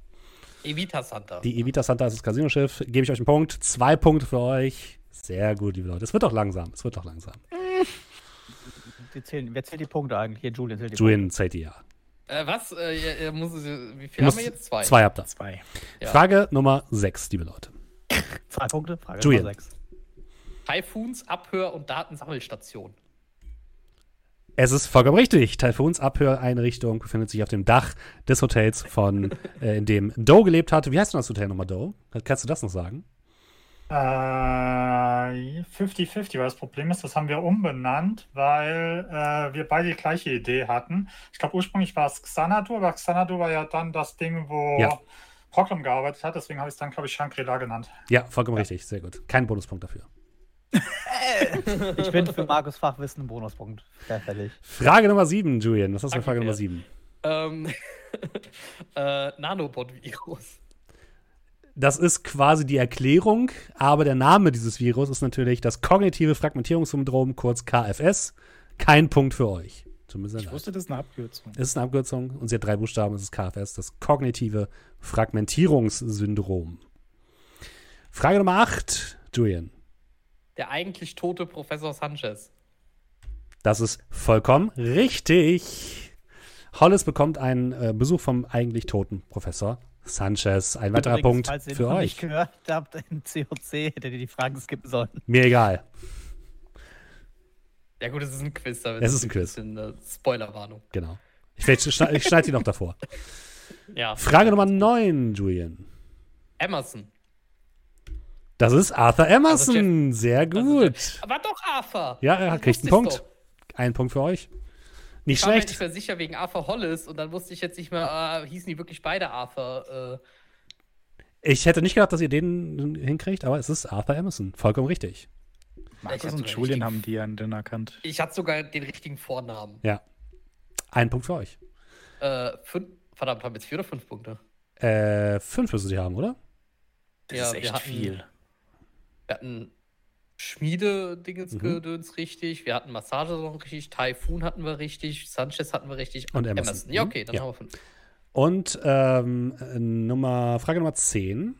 Evita Santa. Die Evita Santa ist das Casinoschiff. Gebe ich euch einen Punkt. Zwei Punkte für euch. Sehr gut, liebe Leute. Es wird doch langsam. Es wird doch langsam. Die zählen, wer zählt die Punkte eigentlich? Hier, Julian zählt die Julian, zählt ihr ja. Äh, was? Äh, ja, ja, muss, ich- wie Ihr viel haben müsst- wir jetzt? Zwei. Zwei habt ihr. Zwei. Ja. Frage Nummer sechs, liebe Leute. Punkte. Zwei Punkte? Frage Julian. Nummer sechs. Taifuns Abhör- und Datensammelstation. Es ist vollkommen richtig. Taifuns Abhöreinrichtung befindet sich auf dem Dach des Hotels von, äh, in dem Doe gelebt hat. Wie heißt denn das Hotel nochmal, Doe? Kannst du das noch sagen? Äh, 50-50, Äh, weil das Problem ist, das haben wir umbenannt, weil äh, wir beide die gleiche Idee hatten. Ich glaube, ursprünglich war es Xanadu, aber Xanadu war ja dann das Ding, wo Ja. ja. Proclam gearbeitet hat, deswegen habe ich es dann, glaube ich, Shangri-La genannt. Ja, vollkommen richtig. Sehr gut. Kein Bonuspunkt dafür. Ich bin für Markus Fachwissen einen Bonuspunkt. Sehr fällig. Frage Nummer sieben, Julian. Was hast du bei Danke Frage Nummer sehr. sieben? Ähm, äh, Nanobot-Virus. Das ist quasi die Erklärung, aber der Name dieses Virus ist natürlich das kognitive Fragmentierungssyndrom, kurz KFS. Kein Punkt für euch. Zumindest Ich wusste, das ist eine Abkürzung. Es ist eine Abkürzung und sie hat drei Buchstaben, es ist KFS, das kognitive Fragmentierungssyndrom. Frage Nummer 8, Julian. Der eigentlich tote Professor Sanchez. Das ist vollkommen richtig. Hollis bekommt einen äh, Besuch vom eigentlich toten Professor Sanchez. Ein weiterer Übrigens, Punkt falls ihr für noch nicht euch. gehört habt, im COC hättet ihr die Fragen skippen sollen. Mir egal. Ja gut, es ist ein Quiz. damit Es ist ein Quiz. bisschen eine Spoilerwarnung. Genau. Ich, vielleicht schne- ich schneide die noch davor. Ja. Frage Nummer 9, Julian. Emerson. Das ist Arthur Also Emerson. Sehr gut. Aber doch Arthur. Ja, er Das kriegt einen wusste ich Punkt. doch. Ein Punkt für euch. Nicht Ich war mir nicht schlecht. mehr sicher wegen Arthur Hollis und dann wusste ich jetzt nicht mehr, äh, hießen die wirklich beide Arthur. Äh, Ich hätte nicht gedacht, dass ihr den hinkriegt, aber es ist Arthur Emerson. Vollkommen richtig. Ich hab Markus und sogar Julian richtig- haben die ja dann erkannt. ich hatte sogar den richtigen Vornamen. Ein Punkt für euch. Äh, fünf, verdammt, haben wir jetzt vier oder fünf Punkte? Äh, fünf müsstet ihr haben, oder? Das ja, ist echt wir hatten, viel. Wir hatten Schmiede-Dingens Mhm. gedöns richtig, wir hatten Massagesalon richtig, Typhoon hatten wir richtig, Sanchez hatten wir richtig Und Emerson. Ja, Mhm. okay, dann Ja. haben wir fünf. Und ähm, Nummer, Frage Nummer 10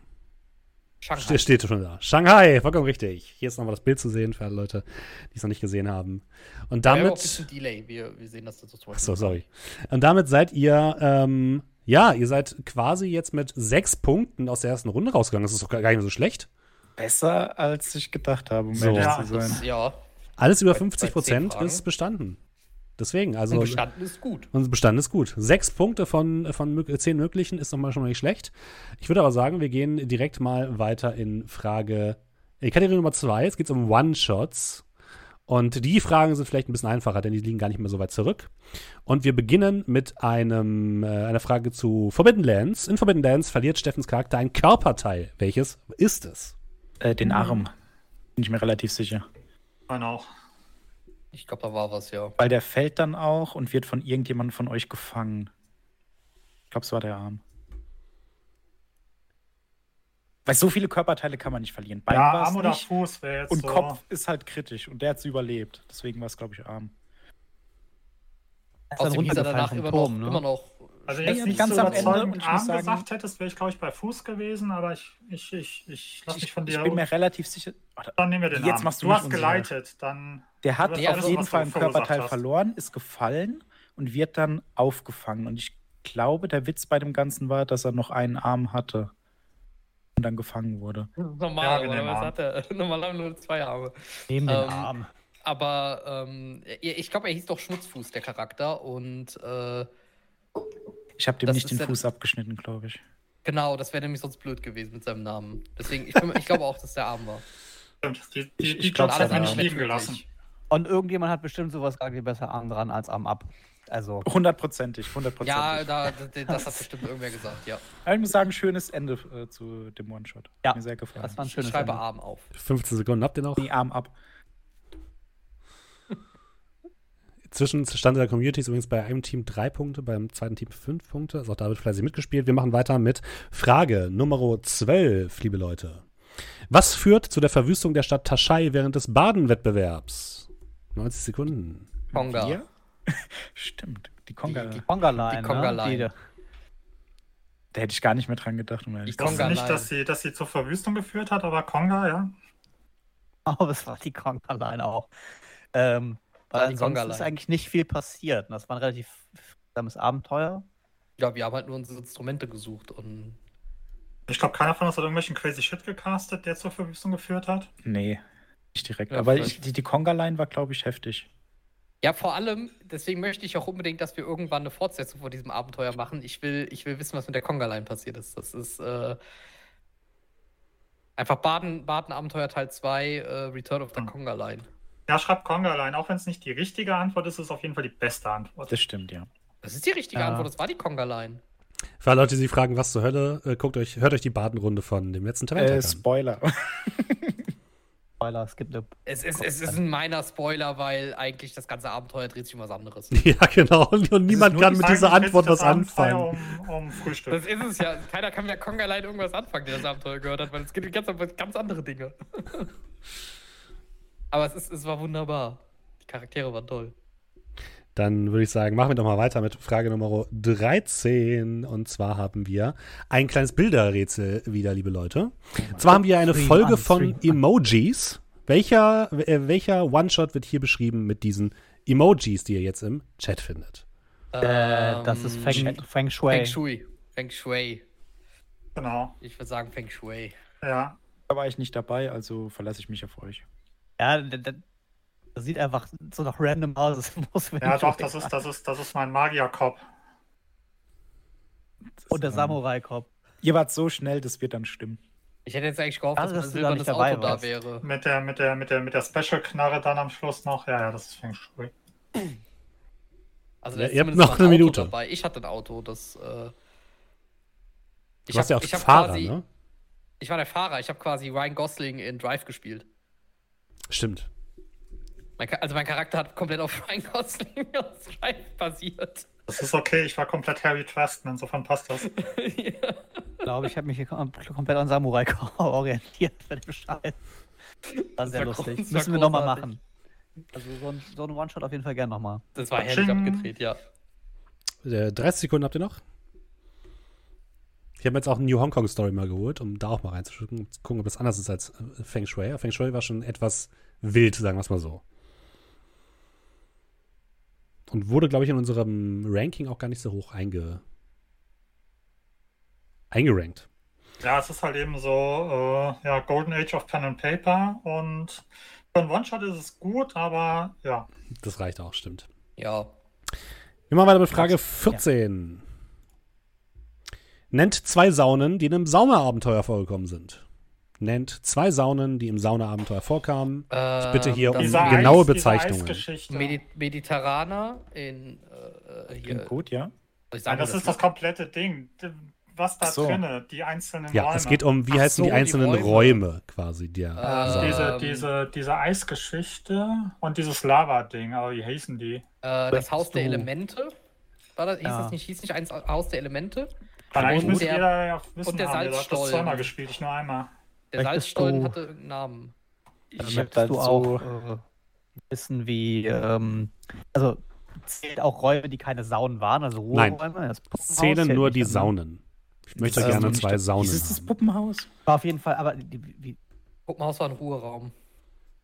Shanghai. Ste- steht schon da. Shanghai, vollkommen richtig. Hier ist nochmal das Bild zu sehen für alle Leute, die es noch nicht gesehen haben. Und Wir haben auch ein damit. bisschen Delay, wir, wir sehen das jetzt so Achso, sorry. Und damit seid ihr, ähm, ja, ihr seid quasi jetzt mit sechs Punkten aus der ersten Runde rausgegangen. Das ist doch gar gar nicht so schlecht. Besser, als ich gedacht habe, um So. ehrlich Ja, zu sein. Ja, Alles über Bei- bei 50 zehn Prozent Fragen. ist bestanden. Deswegen, also. und bestanden ist gut. Unser Bestand ist gut. Sechs Punkte von, von mög- zehn möglichen ist nochmal schon mal nicht schlecht. Ich würde aber sagen, wir gehen direkt mal weiter in Frage äh, Kategorie Nummer zwei. Jetzt geht es um One-Shots. Und die Fragen sind vielleicht ein bisschen einfacher, denn die liegen gar nicht mehr so weit zurück. Und wir beginnen mit einem, äh, einer Frage zu Forbidden Lands. In Forbidden Lands verliert Steffens Charakter ein Körperteil. Welches ist es? Äh, den Arm. Bin ich mir relativ sicher. Man auch. Ich glaube, da war was, ja. Weil der fällt dann auch und wird von irgendjemandem von euch gefangen. Ich glaube, es war der Arm. Weil so viele Körperteile kann man nicht verlieren. Bein Ja, war's Arm oder nicht Fuß wäre jetzt und so. Kopf ist halt kritisch und der hat es überlebt. Deswegen war es, glaube ich, Arm. Er ist dann Außerdem hieß er runtergefallen danach vom immer, Turm, noch, ne? immer noch. Also Ja, jetzt nicht ganz so am Ende überzeugend und ich muss Arm sagen- gesagt hättest, wäre ich, glaube ich, bei Fuß gewesen, aber ich, ich, ich, ich lasse mich von dir. ich bin mir relativ sicher. Warte, dann nehmen wir den Jetzt Arm. machst du du mich hast unsicher. geleitet, dann. Der hat Das ist alles, auf jeden was du Fall einen verursacht Körperteil hast. verloren, ist gefallen und wird dann aufgefangen. Und ich glaube, der Witz bei dem Ganzen war, dass er noch einen Arm hatte und dann gefangen wurde. Ja, Normal, wir nehmen normalerweise Arm. hat er normalerweise nur zwei Arme. Neben den Ähm, Arm. Aber ähm, ich ich glaube, er hieß doch Schmutzfuß, der Charakter. Und äh, Ich habe dem Das nicht ist den ja- Fuß abgeschnitten, glaube ich. genau, das wäre nämlich sonst blöd gewesen mit seinem Namen. Deswegen, ich, bin- ich glaube auch, dass der arm war. Stimmt, die, Ich- die, ich die glaub, Jobs das hat er hat nicht er liegen nicht gelassen. wirklich. Und irgendjemand hat bestimmt sowas gerade besser Arm dran als Arm ab. Also, Hundertprozentig, hundertprozentig. Ja, da, d- das hat bestimmt irgendwer gesagt, ja. Aber ich muss sagen, schönes Ende äh, zu dem One-Shot. Hat Ja, Mir sehr gefallen. das war ein Ich schönes schreibe Ende. arm auf. 15 Sekunden habt ihr noch. Die Arm ab. Zwischenstand der Community ist übrigens bei einem Team drei Punkte, beim zweiten Team fünf Punkte. Also auch da wird fleißig mitgespielt. Wir machen weiter mit Frage Nummer 12, liebe Leute. Was führt zu der Verwüstung der Stadt Taschai während des Baden-Wettbewerbs? 90 Sekunden. Konga. Wir? Stimmt, die Konga. Die- die- Die Konga-Line, Konga-Line. ne? Die- da hätte ich gar nicht mehr dran gedacht. Um ehrlich Ich zu sein. wusste Konga nicht, Line. dass sie, dass sie zur Verwüstung geführt hat, aber Konga, ja. Aber es Oh, war die Konga-Line auch. Ähm, War weil die ansonsten Conga-Line. ist eigentlich nicht viel passiert. Und Das war ein relativ langsames Abenteuer. Ja, wir haben halt nur unsere Instrumente gesucht und Ich glaube, keiner von uns hat irgendwelchen crazy Shit gecastet, der zur Verwüstung geführt hat. Nee, nicht direkt. Ja, Aber ich, vielleicht. die, die Konga-Line war, glaube ich, heftig. Ja, vor allem, deswegen möchte ich auch unbedingt, dass wir irgendwann eine Fortsetzung von diesem Abenteuer machen. Ich will, ich will wissen, was mit der Konga-Line passiert ist. Das ist äh, einfach Baden, Baden Abenteuer Teil 2, äh, Return of the Hm. Konga-Line. Ja, schreibt Konga allein. Auch wenn es nicht die richtige Antwort ist, ist es auf jeden Fall die beste Antwort. Das stimmt, ja. Das ist die richtige Ja. Antwort, das war die Konga-Line. Für alle Leute, die sich fragen, was äh, zur Hölle, äh, guckt euch, hört euch die Baden-Runde von dem letzten Tabellentag Äh, an. Spoiler. Spoiler, es gibt eine. Es ist, es ist ein meiner Spoiler, weil eigentlich das ganze Abenteuer dreht sich um was anderes. Ja, genau. Und, niemand nur kann die mit Eigentlich dieser dreht sich Antwort das was anfangen. Abenteuer Um, um Frühstück. Das ist es ja. Keiner kann mit der Kong allein irgendwas anfangen, der das Abenteuer gehört hat, weil es gibt ganz, ganz andere Dinge. Aber es, ist, es war wunderbar. Die Charaktere waren toll. Dann würde ich sagen, machen wir doch mal weiter mit Frage Nummer 13. Und zwar haben wir ein kleines Bilderrätsel wieder, liebe Leute. zwar haben wir eine Stream Folge an, von stream an. Emojis. Welcher, äh, welcher One-Shot wird hier beschrieben mit diesen Emojis, die ihr jetzt im Chat findet? Äh, das ist Feng, Feng Shui. Ähm, Feng Shui. Feng Shui. Genau. Ich würde sagen Feng Shui. Ja. Da war ich nicht dabei, also verlasse ich mich auf euch. Ja, d- d- das sieht einfach so nach random aus. Es muss Feng Ja, doch, Shui das ist, sein. das ist, das ist mein Magierkopf. Das Und der ist, ähm, Samurai-Korb. Ihr wart so schnell, das wird dann stimmen. Ich hätte jetzt eigentlich gehofft, Schade, dass dass mein du da silbernes nicht Auto dabei da warst. wäre. Mit der, mit der, mit der, mit der Special-Knarre dann am Schluss noch. Ja, ja, das ist Feng Shui. Also Ja, da ist ihr habt zumindest noch ein eine Auto Minute. Dabei. Ich hatte ein Auto, das. Äh, Du warst ja auch ich hab Fahrer, quasi, ne? Ich war der Fahrer. Ich habe quasi Ryan Gosling in Drive gespielt. Stimmt. Mein, Cha- also mein Charakter hat komplett auf Ryan Gosling aus Drive basiert. Das ist okay, ich war komplett Harry Tristan, insofern passt das. ja. Ich glaube, ich habe mich hier kom komplett an Samurai-Korb orientiert für den Scheiß. War sehr war lustig. groß- das war Müssen wir nochmal großartig. machen. Also so ein, so ein One-Shot auf jeden Fall gerne nochmal. Das war herrlich Tsching. abgedreht, ja. Äh, 30 Sekunden habt ihr noch? Ich habe jetzt auch eine New Hong Kong Story mal geholt, um da auch mal reinzuschicken, um zu gucken, ob das anders ist als äh, Feng Shui. Feng Shui war schon etwas wild, sagen wir es mal so. Und wurde, glaube ich, in unserem Ranking auch gar nicht so hoch einge eingerankt. Ja, es ist halt eben so, äh, ja, Golden Age of Pen and Paper und für einen One-Shot ist es gut, aber ja. Das reicht auch, stimmt. Ja. Wir machen weiter mit Frage 14. Nennt zwei Saunen, die in einem Saunaabenteuer vorgekommen sind. Nennt zwei Saunen, die im Saunaabenteuer vorkamen. Ich bitte hier Ähm, um das- Eis- genaue diese Bezeichnungen. Eisgeschichte. Medi Mediterraner in äh, hier. Klingt gut, ja? Soll Ich Nein, sagen, das ist das komplette Ding. Was da Ach so. drinne, die einzelnen Ja, Räume. es geht um, wie Ach heißen so, die die einzelnen Räume. Räume, quasi der Äh, Sauna. diese, Ähm. diese, diese Eisgeschichte und dieses Lava-Ding, aber wie heißen die? äh, das Haus der du- Elemente. War das, hieß Ja. das nicht, hieß nicht eins Haus der Elemente? Weil eigentlich Und müsste der- jeder ja wissen, und der haben, ihr habt das Salzstollen. zweimal gespielt, ich nur einmal. Der Vielleicht bist Salzstollen du- hatte irgendeinen Namen. Ich hab Möchtest da du so- auch äh, wissen, wie, ähm, also zählt auch Räume, die keine Saunen waren, also Nein. Ruheräume? Das Puppenhaus Zählen zählt nur nicht, die ne? Saunen. Ich möchte Ähm, gerne nicht zwei das- Saunen. Ist es das haben. Puppenhaus? War auf jeden Fall, aber die, wie, Guck mal, Haus war ein Ruheraum.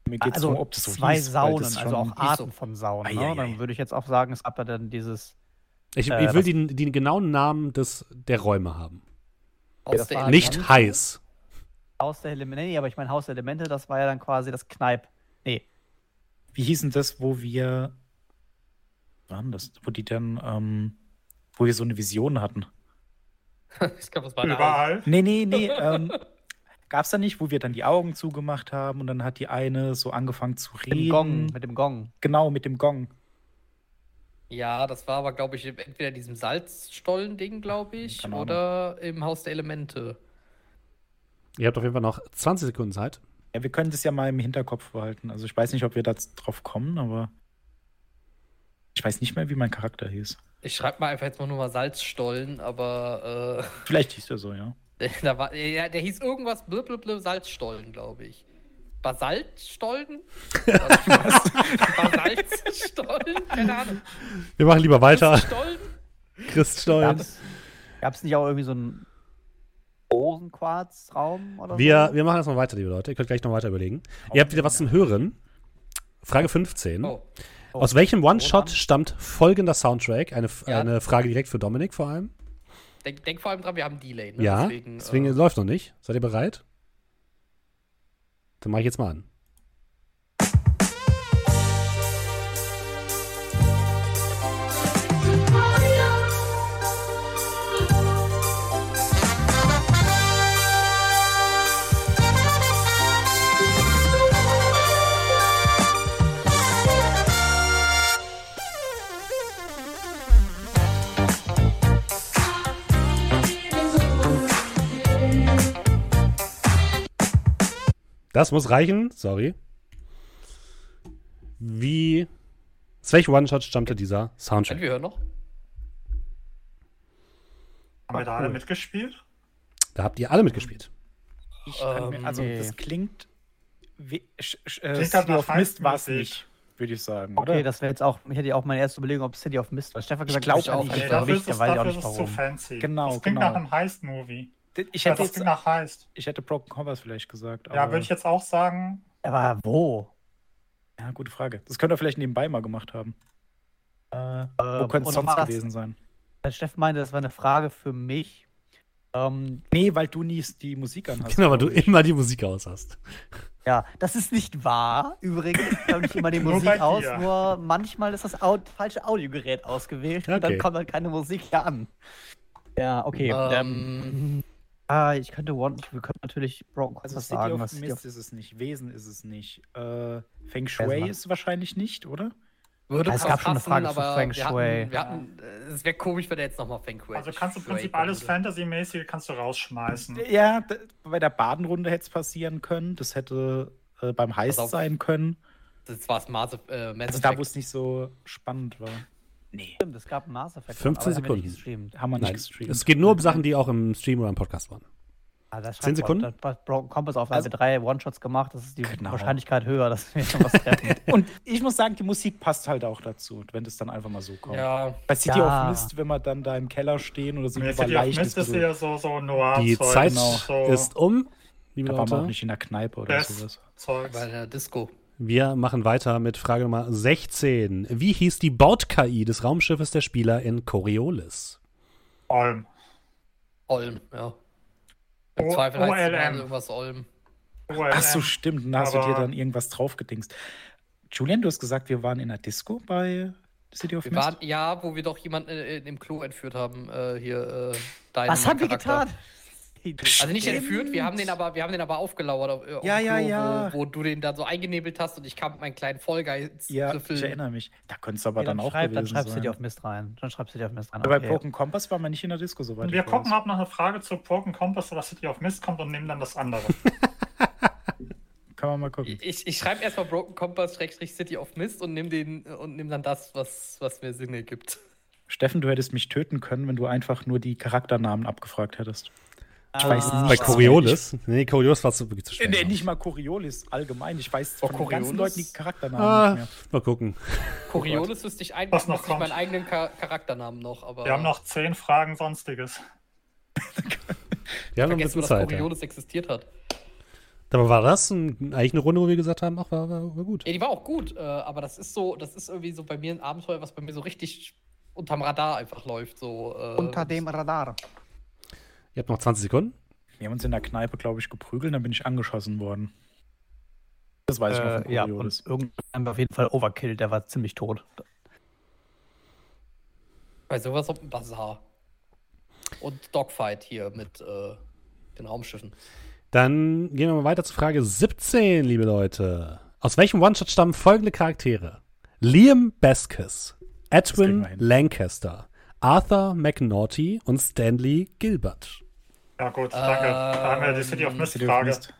Mir geht's also darum, ob das so zwei hieß, weil Saunen, das also schon- auch Arten von Saunen. Ne? Eieiei. Dann würde ich jetzt auch sagen, es gab da dann dieses, ich, Äh, ich will das- die, die genauen Namen des, der Räume haben. Haus das der war- Elemente. Nicht heiß. Haus der Elemente, nee, aber ich meine Haus der Elemente, das war ja dann quasi das Kneip. Nee, Wie hieß denn das, wo wir. Waren das? Wo die dann. Ähm, wo wir so eine Vision hatten. Ich glaube, das war der Haus. Überall. Nee, nee, nee. ähm, gab's da nicht, wo wir dann die Augen zugemacht haben und dann hat die eine so angefangen zu mit reden? dem Gong, mit dem Gong. Genau, mit dem Gong. Ja, das war aber, glaube ich, entweder in diesem Salzstollen-Ding, glaube ich, Keine Ahnung. oder im Haus der Elemente. Ihr habt auf jeden Fall noch 20 Sekunden Zeit. Ja, wir können das ja mal im Hinterkopf behalten. Also ich weiß nicht, ob wir da drauf kommen, aber ich weiß nicht mehr, wie mein Charakter hieß. Ich schreibe mal einfach jetzt mal nur mal Salzstollen, aber Vielleicht hieß er so, ja. äh, da war, ja, der hieß irgendwas blub, blub, blub, Salzstollen, glaube ich. Basaltstollen? Basaltstollen? Keine Ahnung. Wir machen lieber weiter. Stollen? Christ Stollen. Gab's, gab's nicht auch irgendwie so einen Rosenquarzraum oder Wir, so? wir machen erstmal weiter, liebe Leute. Ihr könnt gleich noch weiter überlegen. Ihr habt wieder was zum Hören. Frage 15. Oh, Aus welchem One-Shot Roman. stammt folgender Soundtrack? Eine, F- Ja. eine Frage direkt für Dominik vor allem. denk, denk vor allem dran, wir haben Delay. Ne? ja, deswegen, Deswegen, es läuft noch nicht. Seid ihr bereit? Dann mache ich jetzt mal an. Das muss reichen, sorry. Wie. Aus welchem One-Shot stammte dieser Können Soundcheck? wir hören noch? Haben wir da alle mitgespielt? Da habt ihr alle mitgespielt. Ich kann Ähm, mir, also, nee. das klingt. Wie, sch, sch, äh, Klingt halt Sea nach of Mist war es Falkenmusik. nicht, würde ich sagen. Okay, oder? das wäre jetzt auch, ich hätte ja auch meine erste Überlegung, ob City of Mist war. Stefan hat gesagt, glaub ich auch. nicht. Ich Nee, war dafür nicht, ist es, da weiß ich auch dafür ist nicht es zu warum. fancy. Genau, das klingt genau. nach einem Heist-Movie. ich, Ja, hätte das jetzt, klingt nach Heist. ich hätte Broken Compass vielleicht gesagt. Ja, würde ich jetzt auch sagen. Aber wo? ja, gute Frage. Das könnte er vielleicht nebenbei mal gemacht haben. Äh, Wo könnte es und sonst was- gewesen sein? Weil Steffen meinte, das war eine Frage für mich. Ähm, Nee, weil du nie die Musik anhast. Genau, weil du glaub ich. immer die Musik aus hast. ja, das ist nicht wahr. Übrigens, ich höre nicht immer die Nur bei Musik aus, dir. nur manchmal ist das Au falsche Audiogerät ausgewählt und Okay. dann kommt halt keine Musik hier an. Ja, okay. Ähm, Ähm, ah, ich könnte One, ich, wir können natürlich Broken Compass Also City sagen, of was City Mist of ist es nicht, Wesen ist es nicht, äh, Feng Wesen war- Shui ist es wahrscheinlich nicht, oder? würde es passen, gab schon eine Frage zu aber Feng wir Shui. hatten, wir hatten, äh, es wäre komisch, wenn er jetzt nochmal Feng Shui. Also kannst du im Shui Prinzip alles würde. Fantasy-mäßige kannst du rausschmeißen. Ja, d- bei der Badenrunde hätte es passieren können, das hätte äh, beim Pass Heist auf. sein können. Das war es Mass, äh, Mass Also da, wo Effect. es nicht so spannend war. Nee, Stimmt, es gab einen Mass Effect. 15 aber den haben wir nicht Sekunden. gestreamt. haben wir nicht Nein, gestreamt. es geht nur um Sachen, die auch im Stream oder im Podcast waren. Ah, das 10 schreibt Bro- Sekunden? das- Broken Compass auf, weil Also- wir drei One-Shots gemacht, das ist die Genau. Wahrscheinlichkeit höher, dass wir schon was treffen. Und ich muss sagen, die Musik passt halt auch dazu, wenn das dann einfach mal so kommt. Ja, Bei City Ja. of Mist, wenn wir dann da im Keller stehen oder so Nee, über City of Leichen Mist ist so- eher so, so noir die Zeit so ist um. Liebe genau. da waren wir auch Leute, nicht in der Kneipe oder Das- sowas. Zeugs. bei der Disco. wir machen weiter mit Frage Nummer 16. Wie hieß die Baut-KI des Raumschiffes der Spieler in Coriolis? Olm. Olm, ja. Im O- Zweifel heißt es mal OLM. irgendwas Olm. OLM. Ach Ähm, so, stimmt. Und da hast du Aber- dir dann irgendwas draufgedingst. Julian, du hast gesagt, wir waren in der Disco bei City of Wir Mist. waren, ja, wo wir doch jemanden äh, im Klo entführt haben, äh, hier, äh, deinen was haben wir Charakter. getan? Also nicht Stimmt. entführt, wir haben den aber, wir haben den aber aufgelauert auf, äh, auf Ja, dem ja, Klo, ja. Wo, wo du den dann so eingenebelt hast und ich kam mit meinen kleinen Vollgeist ja, ich erinnere mich. Da könntest du aber Ja, dann, dann, auch schreib, dann gewesen schreibst du sein. dir auf Mist rein. Dann schreibst du dir auf Mist rein. Aber bei okay. Broken Compass waren wir nicht in der Disco, soweit Wir ich gucken, weiß. ob noch eine Frage zu Broken Compass oder City of Mist kommt und nehmen dann das andere. Kann man mal gucken. Ich, ich schreibe erstmal Broken Compass Schrägstrich City of Mist und nimm den und nimm dann das, was, was mir Sinn ergibt. Oh Steffen, du hättest mich töten können, wenn du einfach nur die Charakternamen abgefragt hättest. Ich weiß Ah. Bei nichts. Coriolis? Nee, Coriolis war zu, zu Ich, schwer. nee, nicht mal Coriolis allgemein. Ich weiß Oh, von den ganzen Coriolis? Leuten die Charakternamen ah, nicht mehr. mal gucken. Coriolis wüsste ich eigentlich, Was noch wüsste ich meinen kommt? eigenen Char- Charakternamen noch, aber. Wir haben noch zehn Fragen sonstiges. Wir haben noch ein vergessen, bisschen dass Zeit. Ja. Coriolis existiert hat. Aber war das ein, eigentlich eine Runde, wo wir gesagt haben, ach, war, war, war gut. Ja, die war auch gut, äh, aber das ist so, das ist irgendwie so bei mir ein Abenteuer, was bei mir so richtig unterm Radar einfach läuft. So, äh, Unter dem Radar. Ihr habt noch 20 Sekunden. Wir haben uns in der Kneipe, glaube ich, geprügelt, dann bin ich angeschossen worden. Das weiß ich noch von Äh, ja, Coriolis. und irgendwann haben wir auf jeden Fall Overkill, der war ziemlich tot. Bei sowas auf dem Bazar. Und Dogfight hier mit äh, den Raumschiffen. Dann gehen wir mal weiter zu Frage 17, liebe Leute. Aus welchem One-Shot stammen folgende Charaktere? Liam Beskis, kriegen Edwin wir hin. Lancaster, Arthur McNaughty und Stanley Gilbert. Ja gut, danke. da haben wir die City of Ähm, Mist City of Frage. Mist.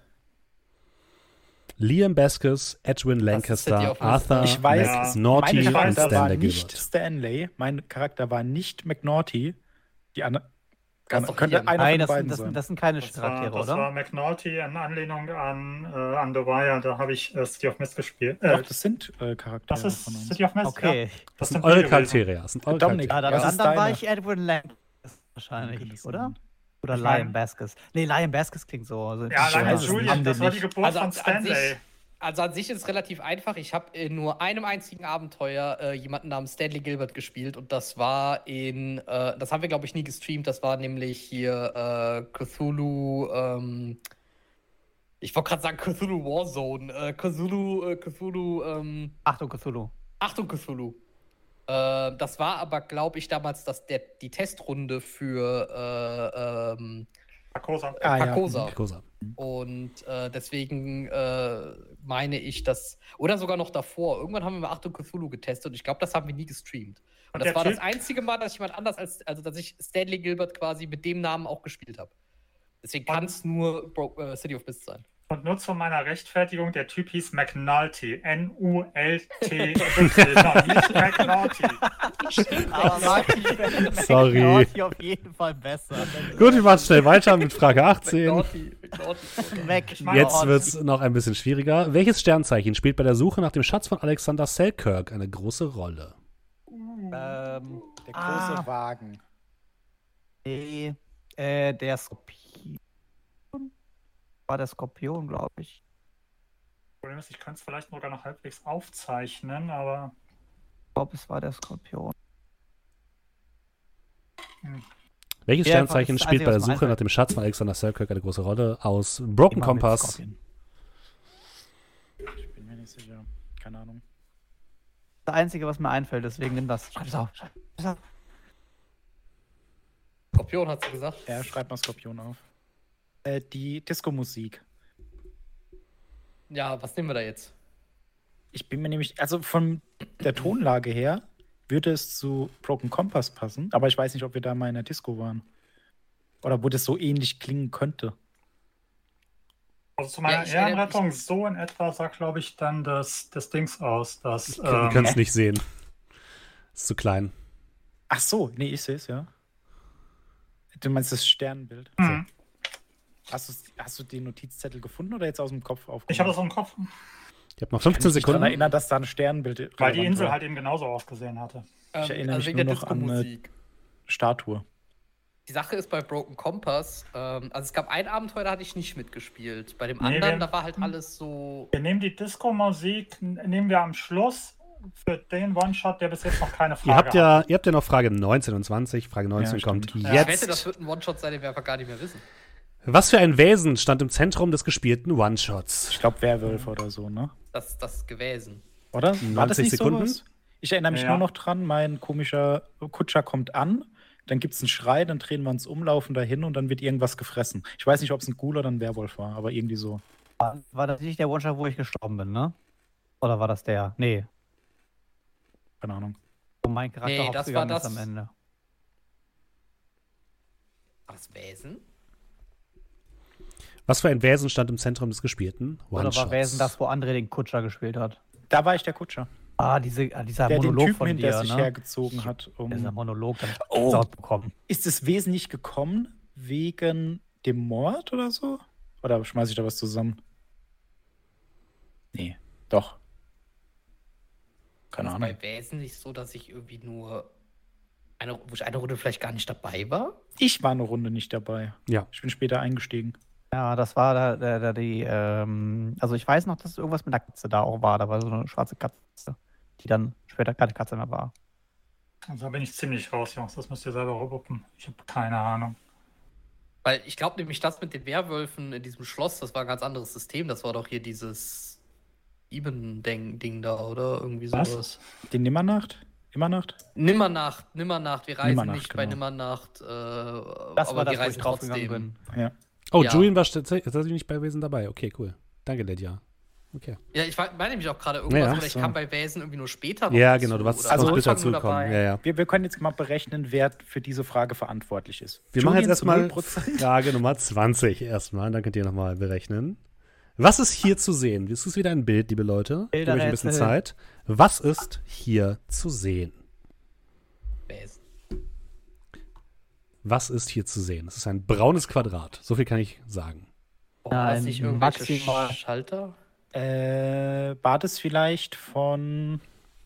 Liam Beskis, Edwin City Lancaster, of Mist. Arthur Ich weiß, Ja. McNaughty mein und Charakter war Stanley nicht Gilbert. Stanley, mein Charakter war nicht McNaughty. Die andere Das ist kann, doch könnte Liam. einer Nein, von das, sind- beiden das, sein. sind- das sind keine Das war, Charaktere, das war oder? McNaughty in Anlehnung an, äh, an The Wire. Da habe ich äh, City of Mist gespielt. Äh, Doch, das sind äh, Charaktere das ist von uns. City of Mist. Ja. Okay. Das Das sind sind eure wir gewesen. Charaktere, ja. Das sind eure Dominik. Charaktere. Ja, dann, das dann, ist dann war deine. ich Edwin Lang. Könnte das Wahrscheinlich, sein. oder? Oder Ich meine- Lion Baskis. Nee, Lion Baskis klingt so. Also, so Ja, so- lange weiß es Julian, nicht. das war die Geburt Also von an- an sich- Stanley. Also an sich ist es relativ einfach. Ich habe in nur einem einzigen Abenteuer äh, jemanden namens Stanley Gilbert gespielt und das war in, äh, das haben wir glaube ich nie gestreamt, das war nämlich hier äh, Cthulhu, ähm, ich wollte gerade sagen Cthulhu Warzone, äh, Cthulhu, äh, Cthulhu, ähm, Achtung, Cthulhu. Achtung Cthulhu. Äh, das war aber glaube ich damals das, der, die Testrunde für äh, ähm, Narkosa. Ah, ja. Carcosa. Großer. Und äh, deswegen äh, meine ich das, oder sogar noch davor, irgendwann haben wir mal Achtung Cthulhu getestet und ich glaube, das haben wir nie gestreamt. Und, Und das der war das Typ- einzige Mal, dass ich jemand anders als, also dass ich Stanley Gilbert quasi mit dem Namen auch gespielt habe. Deswegen kann es nur Bro äh, City of Mist sein. Und nur zu meiner Rechtfertigung, der Typ hieß McNulty. N-U-L-T. nicht Genau, McNulty. Aber Martin, Sorry. McNaughty auf jeden Fall besser. Gut, wir machen schnell weiter mit Frage 18. McNaughty, McNaughty. McNaughty. Jetzt wird's noch ein bisschen schwieriger. Welches Sternzeichen spielt bei der Suche nach dem Schatz von Alexander Selkirk eine große Rolle? Ähm, Der große Ah. Wagen. nee, äh, der Skorpion. War der Skorpion, glaube ich. Problem ist, ich könnte es vielleicht sogar noch halbwegs aufzeichnen, aber Ich glaube, es war der Skorpion. Welches Ja, Sternzeichen das ist das spielt bei der Einzige, was mir Suche nach dem Schatz von Alexander Selkirk eine große Rolle? Aus Broken Immer mit Compass. Skorpion. Ich bin mir nicht sicher. Keine Ahnung. Das Einzige, was mir einfällt, deswegen nimm das. Schreib es auf. Schreib es auf. Skorpion hat sie gesagt. Ja, schreib mal Skorpion auf. Äh, die Disco-Musik. Ja, was nehmen wir da jetzt? Ich bin mir nämlich, also von der Tonlage her würde es zu Broken Compass passen, aber ich weiß nicht, ob wir da mal in der Disco waren. Oder wo das so ähnlich klingen könnte. also zu meiner ich erinnere mich- Ehrenrettung, so in etwa sah, glaube ich, dann das, das Dings aus. Das, Wir ähm, können es nicht sehen. Ist zu klein. Ach so, nee, ich sehe es, ja. Du meinst das Sternbild. Mhm. Hast, du, hast du den Notizzettel gefunden oder jetzt aus dem Kopf aufgenommen? ich habe das im Kopf, Ich habe noch 15 Ich kann mich daran Sekunden. erinnern, dass da ein Sternbild weil die relevant Insel war. halt eben genauso ausgesehen hatte. Ähm, erinnere mich wegen nur der noch an, äh, Disco-Musik. Statue. Die Sache ist bei Broken Compass, ähm, also es gab ein Abenteuer, da hatte ich nicht mitgespielt. Bei dem Nee, anderen, wir- da war halt alles so. Wir nehmen die Disco-Musik, n- nehmen wir am Schluss für den One-Shot, der bis jetzt noch keine Frage Ihr habt, hat. ja, ihr habt ja noch Frage 19 und 20. Frage 19 Ja, kommt stimmt. Ich wette, das jetzt. wird ein One-Shot sein, den wir einfach gar nicht mehr wissen. Was für ein Wesen stand im Zentrum des gespielten One-Shots? Ich glaube, Werwölfe oder so, ne? Das das gewesen. Oder? 90 Sekunden? sowas? Ich erinnere mich Ja. nur noch dran, mein komischer Kutscher kommt an, dann gibt es einen Schrei, dann drehen wir uns um, laufen dahin und dann wird irgendwas gefressen. Ich weiß nicht, ob es ein Ghoul oder ein Werwolf war, aber irgendwie so. War das nicht der One-Shot, wo ich gestorben bin, ne? Oder war das der? Nee. Keine Ahnung. Wo mein Charakter Nee, das war aufgegangen das- ist am Ende. War das Wesen? Was für ein Wesen stand im Zentrum des gespielten Oder war Wesen One-Shots? das, wo André den Kutscher gespielt hat? Da war ich der Kutscher, Ah, diese, ah, dieser der Monolog den Typen von hinter dir, sich ne? hergezogen hat. Dieser Um Monolog, dann Oh. oh. bekommen. ist das Wesen nicht gekommen wegen dem Mord oder so? Oder schmeiße ich da was zusammen? Nee, doch. Keine War es Ahnung. bei Wesen nicht so, dass ich irgendwie nur eine, wo ich eine Runde vielleicht gar nicht dabei war? Ich war eine Runde nicht dabei. Ja. Ich bin später eingestiegen. Ja, das war da, da, da die, ähm, also ich weiß noch, dass irgendwas mit einer Katze da auch war. Da war so eine schwarze Katze, die dann später keine Katze mehr war. Also da bin ich ziemlich raus, Jungs. Das müsst ihr selber ruppen. Ich habe keine Ahnung. Weil ich glaube nämlich, das mit den Werwölfen in diesem Schloss, das war ein ganz anderes System. Das war doch hier dieses Eben-Ding da, oder? Irgendwie Was? sowas. Die Nimmernacht? Immernacht? Nimmernacht, Nimmernacht, wir reisen Nimmernacht, nicht bei genau. Nimmernacht. Äh, Das aber wir war das, wo ich reisen draufgegangen trotzdem. bin. Ja. Oh, Ja. Julian war tatsächlich tatsächlich nicht bei Wesen dabei. Okay, cool. Danke, Lydia. Okay. Ja, ich war- meine mich auch gerade irgendwas, Ja, aber ich so. kam bei Wesen irgendwie nur Oh, später Ja, dazu, genau, du warst oder also am bist Anfang dazu nur gekommen. dabei. Ja, ja. Wir, wir können jetzt mal berechnen, wer für diese Frage verantwortlich ist. Wir machen jetzt Julian zu erstmal 0%. Frage Nummer 20 erstmal, dann könnt ihr nochmal berechnen. Was ist hier zu sehen? Es ist wieder ein Bild, liebe Leute. Gebt euch ein bisschen Bilderrätsel. Zeit. Was ist hier zu sehen? Wesen. Was ist hier zu sehen? Es ist ein braunes Quadrat. So viel kann ich sagen. Warum war das Nein, nicht irgendwelche maximal. Schalter? Äh, war das vielleicht von.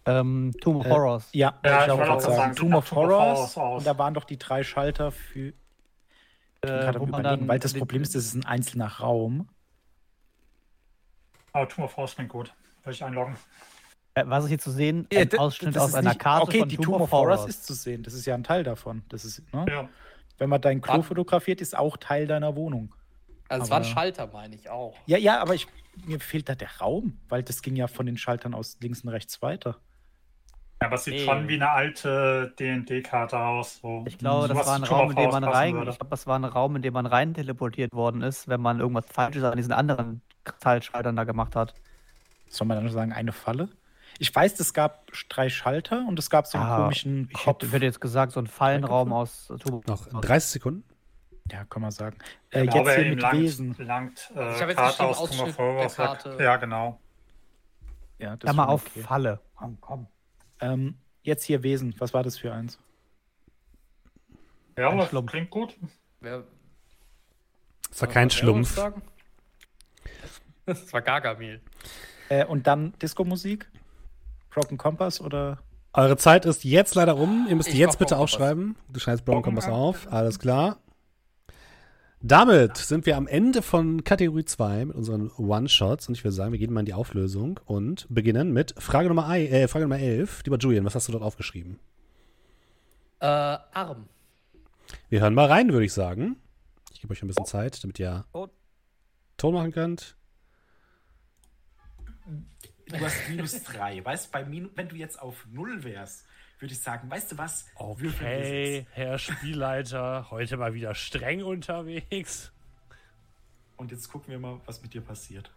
Ähm, Tomb of Äh, Horrors. Ja, Ja, ich glaub, wollte auch auch sagen, Tomb of Tomb of Horrors. Horrors aus. Und da waren doch die drei Schalter für. Ich bin Äh, gerade wo am man überlegen, dann weil das den- Problem ist, das ist ein einzelner Raum. Aber Tour of Horse klingt gut. Würde ich einloggen. Äh, was ist hier zu sehen? Ein Ausschnitt das aus ist einer nicht- Karte Okay, von die Tomb, Tomb of Horrors. ist zu sehen. Das ist ja ein Teil davon. Das ist, ne? Ja. Wenn man dein Klo Warte. fotografiert, ist auch Teil deiner Wohnung. Also es waren Aber- Schalter, meine ich auch. Ja, ja, aber ich, mir fehlt da der Raum, weil das ging ja von den Schaltern aus links und rechts weiter. Ja, aber es sieht Nee. schon wie eine alte DD-Karte aus. So. Ich glaube, das Sowas war ein schon mal Raum, in den man vorauspassen rein. würde. Ich glaube, das war ein Raum, in den man rein teleportiert worden ist, wenn man irgendwas Falsches an diesen anderen Teilschaltern da gemacht hat. Soll man dann sagen, eine Falle? Ich weiß, es gab drei Schalter und es gab so einen Ah, komischen Ich Kopf. hätte, hätte jetzt gesagt, so ein Fallenraum aus äh, Tomb of Noch Horrors. 30 Sekunden. Ja, kann man sagen. Äh, Genau, jetzt wer hier ihm mit langt, Wesen. Langt, äh, Ich hab Karte jetzt geschrieben, aus Tumor Ausschnitt Forward. der Karte. Ja, genau. Ja, das Klammer war auf okay. Falle. Ähm, jetzt hier Wesen. Was war das für eins? Ja, Ein aber Schlumpf. klingt gut. Wer, Es war kein was soll man Schlumpf. sagen? Das war Gargamel. Äh, und dann Disco-Musik? Broken Compass oder? Eure Zeit ist jetzt leider um. Ihr müsst Ich jetzt mach bitte Broken Compass. aufschreiben. Du schreibst Brown Broken Compass auf. Alles klar. Damit sind wir am Ende von Kategorie 2 mit unseren One-Shots. Und ich würde sagen, wir gehen mal in die Auflösung und beginnen mit Frage Nummer, ei, äh, Frage Nummer 11. Lieber Julian, was hast du dort aufgeschrieben? Äh, Arm. Wir hören mal rein, würde ich sagen. Ich gebe euch ein bisschen Zeit, damit ihr Oh. Ton machen könnt. Du hast minus 3. Weißt bei Min wenn du jetzt auf 0 wärst, würde ich sagen, weißt du was? Würfel wir Okay, sechs. Herr Spielleiter, heute mal wieder streng unterwegs. Und jetzt gucken wir mal, was mit dir passiert.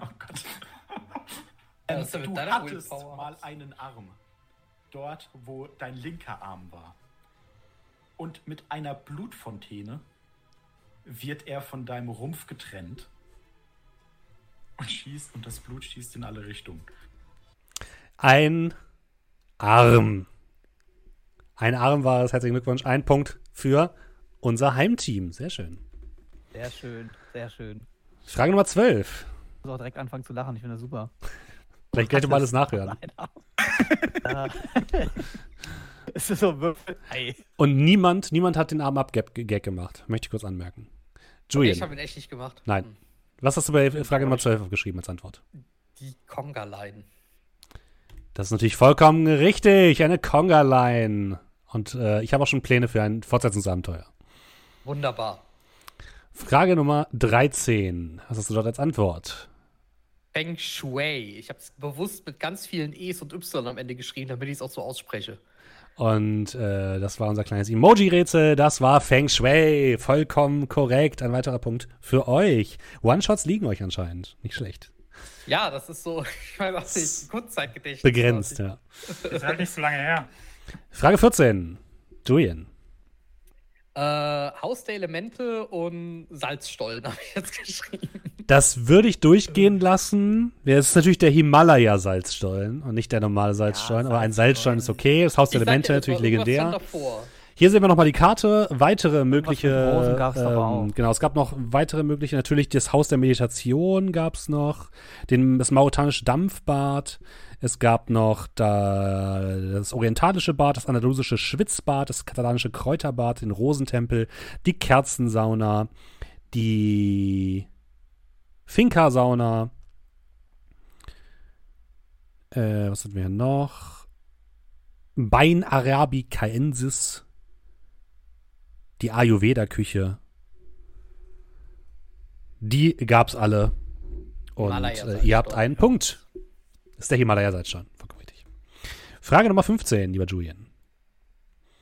Oh Gott. Ähm, Ja, was ist denn mit du deiner hattest Willpower? mal einen Arm. Dort, wo dein linker Arm war. Und mit einer Blutfontäne wird er von deinem Rumpf getrennt. Und schießt, und das Blut schießt in alle Richtungen. Ein Arm. Ein Arm war es. Herzlichen Glückwunsch. Ein Punkt für unser Heimteam. Sehr schön. Sehr schön, sehr schön. Frage Nummer 12. Ich muss auch direkt anfangen zu lachen, ich finde das super. Vielleicht gleich nochmal alles nachhören. Leider. es ist so wirklich. Und niemand, niemand hat den Arm ab Gag Gag gemacht. Möchte ich kurz anmerken. Ich Julian, habe ihn echt nicht gemacht. Hm. Nein. was hast du bei Frage Nummer 12 aufgeschrieben als Antwort? Die Konga-Line. Das ist natürlich vollkommen richtig. Eine Conga-Line. Und äh, ich habe auch schon Pläne für ein Fortsetzungsabenteuer. Wunderbar. Frage Nummer 13. Was hast du dort als Antwort? Feng Shui. Ich habe es bewusst mit ganz vielen E's und Y am Ende geschrieben, damit ich es auch so ausspreche. Und äh, das war unser kleines Emoji-Rätsel. Das war Feng Shui. Vollkommen korrekt. Ein weiterer Punkt für euch. One-Shots liegen euch anscheinend. Nicht schlecht. Ja, das ist so, ich meine, was ich, Kurzzeitgedächtnis. Begrenzt, was ja. Ist halt nicht so lange her. Frage 14. Julian. ich- Äh, Haus der Elemente und Salzstollen habe ich jetzt geschrieben. Das würde ich durchgehen lassen. Es ist natürlich der Himalaya-Salzstollen und nicht der normale Salzstollen. aber ein Salzstollen ist okay. Das Haus der Ich sag Elemente ja, das war natürlich irgendwas legendär. von davor. Hier sehen wir nochmal die Karte. Weitere mit mögliche. Rosen gab's doch auch. genau, es gab noch weitere mögliche. Natürlich das Haus der Meditation gab es noch. Den, das mauretanische Dampfbad. Es gab noch da, das orientalische Bad, das andalusische Schwitzbad, das katalanische Kräuterbad, den Rosentempel, die Kerzensauna, die Finca-Sauna. Äh, was hatten wir noch? Bein Arabicaensis. Die Ayurveda-Küche. Die gab's alle. Und äh, Himalaya-Salzstollen, ihr habt einen ja. Punkt. Das ist der Himalaya-Salzstein. Vollkommen richtig. Frage Nummer 15, lieber Julian.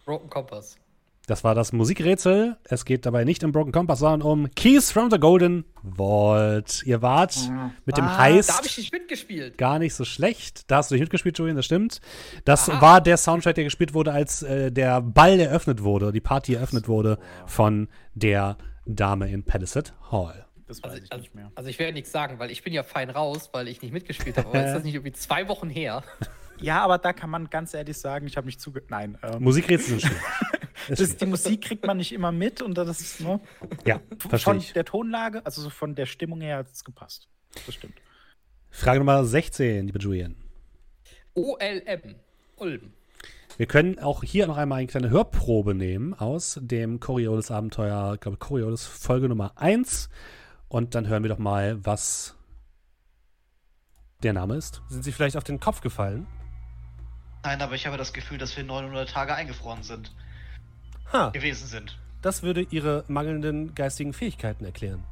Broken Compass. Das war das Musikrätsel. Es geht dabei nicht um Broken Compass, sondern um Keys from the Golden Vault. Ihr wart mit dem Ah, Heist Da habe ich nicht mitgespielt. gar nicht so schlecht. Da hast du dich mitgespielt, Julian, das stimmt. Das war der Soundtrack, der gespielt wurde, als äh, der Ball eröffnet wurde, die Party eröffnet wurde von der Dame in Palisade Hall. Das weiß Also, ich also, nicht mehr. also ich werde nichts sagen, weil ich bin ja fein raus, weil ich nicht mitgespielt habe. Aber ist das nicht irgendwie zwei Wochen her? Ja, aber da kann man ganz ehrlich sagen, ich habe mich zuge... Nein. Ähm, Musikrätsel sind schwierig. Ist das, die schwierig. Musik kriegt man nicht immer mit und das ist ne, Ja, verstehe von ich. der Tonlage, also so von der Stimmung her hat es gepasst. Das stimmt. Frage Nummer 16, liebe Julian. OLM. Ulm. Wir können auch hier noch einmal eine kleine Hörprobe nehmen aus dem Coriolis-Abenteuer, ich glaube Coriolis Folge Nummer 1. Und dann hören wir doch mal, was der Name ist. Sind sie vielleicht auf den Kopf gefallen? Nein, aber ich habe das Gefühl, dass wir 900 Tage eingefroren sind. Ha, Gewesen sind. das würde ihre mangelnden geistigen Fähigkeiten erklären.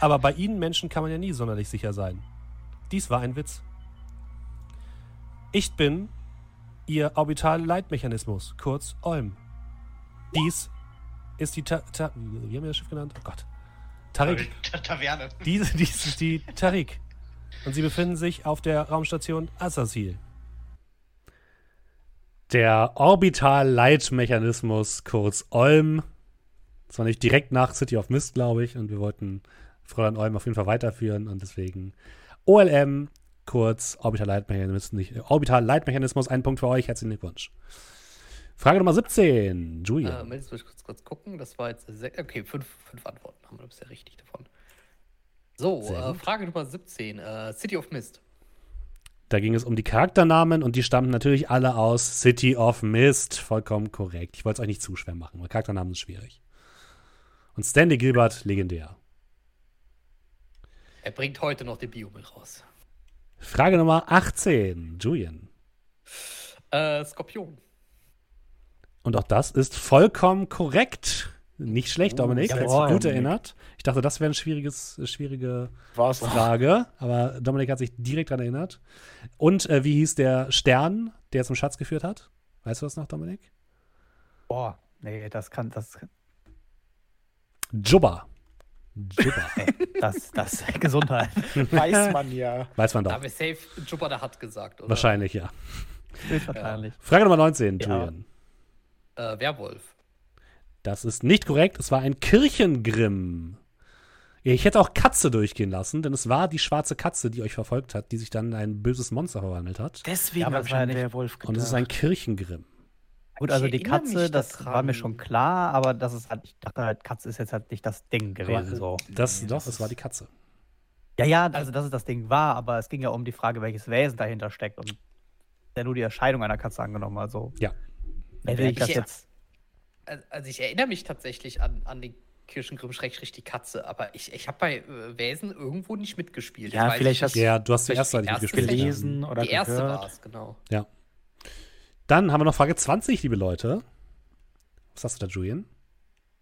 Aber bei ihnen Menschen kann man ja nie sonderlich sicher sein. Dies war ein Witz. Ich bin ihr Orbital-Leitmechanismus, kurz Olm. Dies ist die Ta Ta Wie haben wir das Schiff genannt? Oh Gott. Tarik. Ta- Taverne. Dies, dies ist die Tarik. Und sie befinden sich auf der Raumstation Assasil. Der Orbital-Leitmechanismus, kurz OLM, Das war nicht direkt nach City of Mist, glaube ich. Und wir wollten Fräulein Olm auf jeden Fall weiterführen. Und deswegen OLM, kurz Orbital Leitmechanismus, nicht, Orbital Leitmechanismus, ein Punkt für euch. Herzlichen Glückwunsch. Frage Nummer 17, Äh, Julia. Moment, jetzt muss ich kurz, kurz gucken. Das war jetzt sechs. Okay, fünf, fünf Antworten haben wir bisher richtig davon. So, Sehr äh, gut. Frage Nummer 17. Äh, City of Mist. Da ging es um die Charakternamen und die stammen natürlich alle aus City of Mist. Vollkommen korrekt. Ich wollte es euch nicht zu schwer machen, weil Charakternamen sind schwierig. Und Stanley Gilbert, legendär. Er bringt heute noch den Biomüll raus. Frage Nummer 18, Julian. Äh, Skorpion. Und auch das ist vollkommen korrekt. Nicht schlecht, Dominik. jawohl, Hast du gut Dominik. erinnert. Ich dachte, das wäre eine schwieriges, schwierige War es Frage, aber Dominik hat sich direkt daran erinnert. Und äh, wie hieß der Stern, der zum Schatz geführt hat? Weißt du das noch, Dominik? Boah, nee, das kann, das, Jubba. Jubba. das, das, Gesundheit. Weiß man ja. Weiß man doch. Da wir safe Jupiter hat gesagt, oder? Wahrscheinlich, ja. Höchstwahrscheinlich. Frage Nummer 19, Ja. Julian. Äh, Werwolf. Das ist nicht korrekt. Es war ein Kirchengrimm. Ich hätte auch Katze durchgehen lassen, denn es war die schwarze Katze, die euch verfolgt hat, die sich dann in ein böses Monster verwandelt hat. Deswegen Ja, aber habe das ich war ja an nicht- Werwolf gedacht. Und es ist ein Kirchengrimm. Gut, also Ich die erinnere Katze, mich das war daran. mir schon klar, aber das ist halt, ich dachte halt, Katze ist jetzt halt nicht das Ding gewesen. So. Das, Nee, doch, das es war die Katze. Ja, ja, also dass es das Ding war, aber es ging ja um die Frage, welches Wesen dahinter steckt und der nur die Erscheinung einer Katze angenommen hat. So. Ja. Hätte ich Ich- das jetzt. Also also ich erinnere mich tatsächlich an, an den Kirchengrimm Schrägstrich die Katze, aber ich, ich habe bei äh, Wesen irgendwo nicht mitgespielt. Ja, Jetzt weiß vielleicht ich hast nicht. Ja, du hast die Vielleicht erste die nicht erste gespielt. vielleicht. Gelesen. gelesen oder Die erste gehört. war es, genau. Dann haben wir noch Frage 20, liebe Leute. Was hast du da, Julian?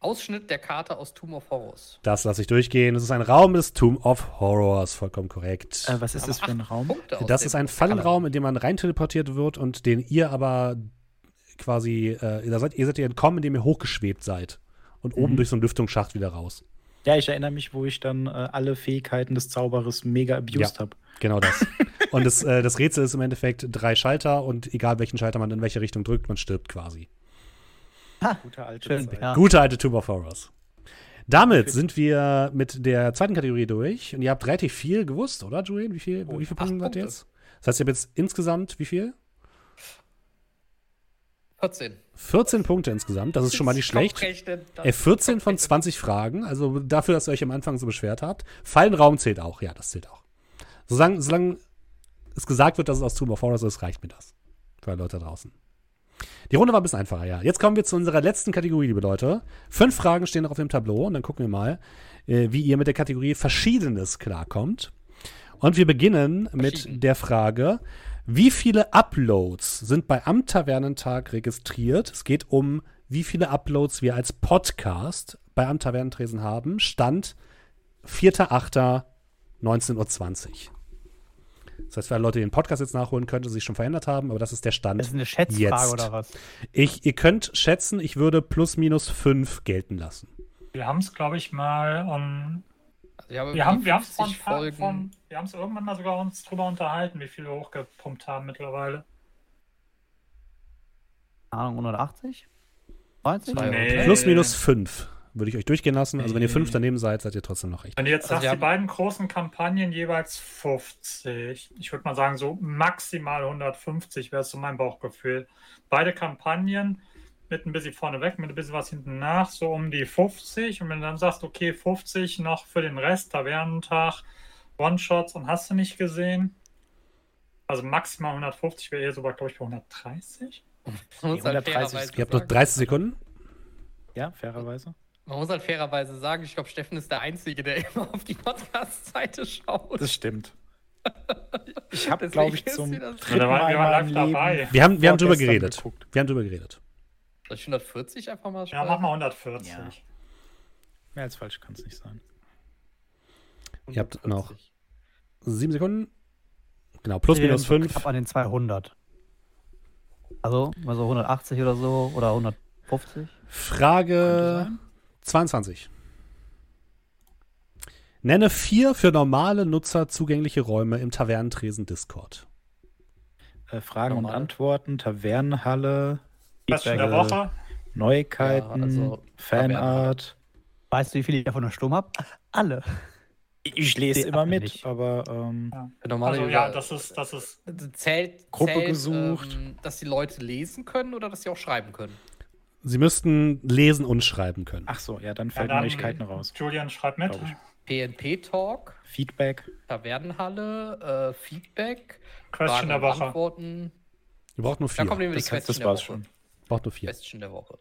Ausschnitt der Karte aus Tomb of Horrors. Das lasse ich durchgehen. Es ist ein Raum des Tomb of Horrors. Vollkommen korrekt. Äh, was ist Aber das für ein acht Raum? Punkte aus das dem- ist ein Fallenraum, in den man rein teleportiert wird und den ihr aber quasi, äh, da seid, ihr seid ihr entkommen, indem ihr hochgeschwebt seid. Und oben Mhm. durch so einen Lüftungsschacht wieder raus. Ja, ich erinnere mich, wo ich dann äh, alle Fähigkeiten des Zauberers mega abused habe. Genau das. und das, äh, das Rätsel ist im Endeffekt drei Schalter und egal welchen Schalter man in welche Richtung drückt, man stirbt quasi. Gute alte Schön, Zeit. ja. Gute alte Tomb of Horrors. Damit sind wir mit der zweiten Kategorie durch und ihr habt relativ viel gewusst, oder, Julian? Wie viel, wie viele acht Punkte habt ihr Punkte. jetzt? Das heißt, ihr habt jetzt insgesamt wie viel? 14. 14 Punkte insgesamt. Das ist schon mal nicht schlecht. Kopfrechnen, das- Äh, 14 von 20 Fragen, also dafür, dass ihr euch am Anfang so beschwert habt. Fallenraum zählt auch, ja, das zählt auch. Solange, solange es gesagt wird, dass es aus Tomb of Horrors ist, reicht mir das. Für alle Leute da draußen. Die Runde war ein bisschen einfacher, ja. Jetzt kommen wir zu unserer letzten Kategorie, liebe Leute. Fünf Fragen stehen noch auf dem Tableau und dann gucken wir mal, äh, wie ihr mit der Kategorie Verschiedenes klarkommt. Und wir beginnen mit Verschieden. der Frage, wie viele Uploads sind bei Am Tavernentag registriert? Es geht um, wie viele Uploads wir als Podcast bei Am Tavernentresen haben. Stand 4.8.19.20 Uhr. Das heißt, für alle Leute, die den Podcast jetzt nachholen, könnte sich schon verändert haben, aber das ist der Stand. Das ist eine Schätzfrage Jetzt. oder was? Ich, ihr könnt schätzen, ich würde plus minus fünf gelten lassen. Wir haben es, glaube ich, mal on, Also wir haben, Wir haben, wir haben es von Folgen. von, wir haben es irgendwann mal sogar uns drüber unterhalten, wie viel wir hochgepumpt haben mittlerweile. Keine Ahnung, 180? 90? Zwei. Plus minus fünf würde ich euch durchgehen lassen. Also wenn ihr Nee. fünf daneben seid, seid ihr trotzdem noch recht. Wenn du jetzt Also sagst, wir die haben- beiden großen Kampagnen jeweils 50, ich würde mal sagen, so maximal 150 wäre so mein Bauchgefühl. Beide Kampagnen mit ein bisschen vorneweg, mit ein bisschen was hinten nach, so um die 50. Und wenn du dann sagst, okay, 50 noch für den Rest, Tavernentag, One-Shots und hast du nicht gesehen. Also maximal 150 wäre eher so, glaube ich, bei 130. Man muss, halt 130 fairerweise Ihr habt noch sagen- 30 Sekunden. Ja, fairerweise. man muss halt fairerweise sagen, ich glaube, Steffen ist der Einzige, der immer auf die Podcast-Seite schaut. Das stimmt. Ich habe, Deswegen glaube ich, ist zum wieder so- dritten Da waren- Mal wir in waren meinem live Leben dabei. Wir haben, wir haben drüber vorgestern geredet. geguckt. Wir haben drüber geredet. Soll ich 140 einfach mal Ja, schreiben? mach mal 140. Ja. Mehr als falsch kann es nicht sein. Ihr habt noch sieben Sekunden. Genau, plus minus fünf. Ab Ähm, an den 200. Also, mal so 180 oder so oder 150. Frage 22. Nenne vier für normale Nutzer zugängliche Räume im Tavernentresen Discord. Äh, Fragen Normal. und Antworten, Tavernenhalle, Was schon der Äh, Woche? Neuigkeiten, Ja, also, Fanart. Weißt du, wie viele ich davon noch Sturm habe? Alle. Ich lese Sehr immer mit, abhängig. aber ähm, Normale Also ja, das ist, das ist. zählt, Gruppe zählt, gesucht. Ähm, dass die Leute lesen können oder dass sie auch schreiben können. Sie müssten lesen und schreiben können. ach so, ja, dann fallen dann- Neuigkeiten raus. Julian schreibt mit. Glaub ich. PNP Talk, Feedback. Tavernenhalle, äh, Feedback, Question Fragen der und Woche. Antworten. Ihr braucht nur vier. Da kommen nämlich die Das, hat- Question das der war's Woche. schon. braucht nur vier. Question der Woche.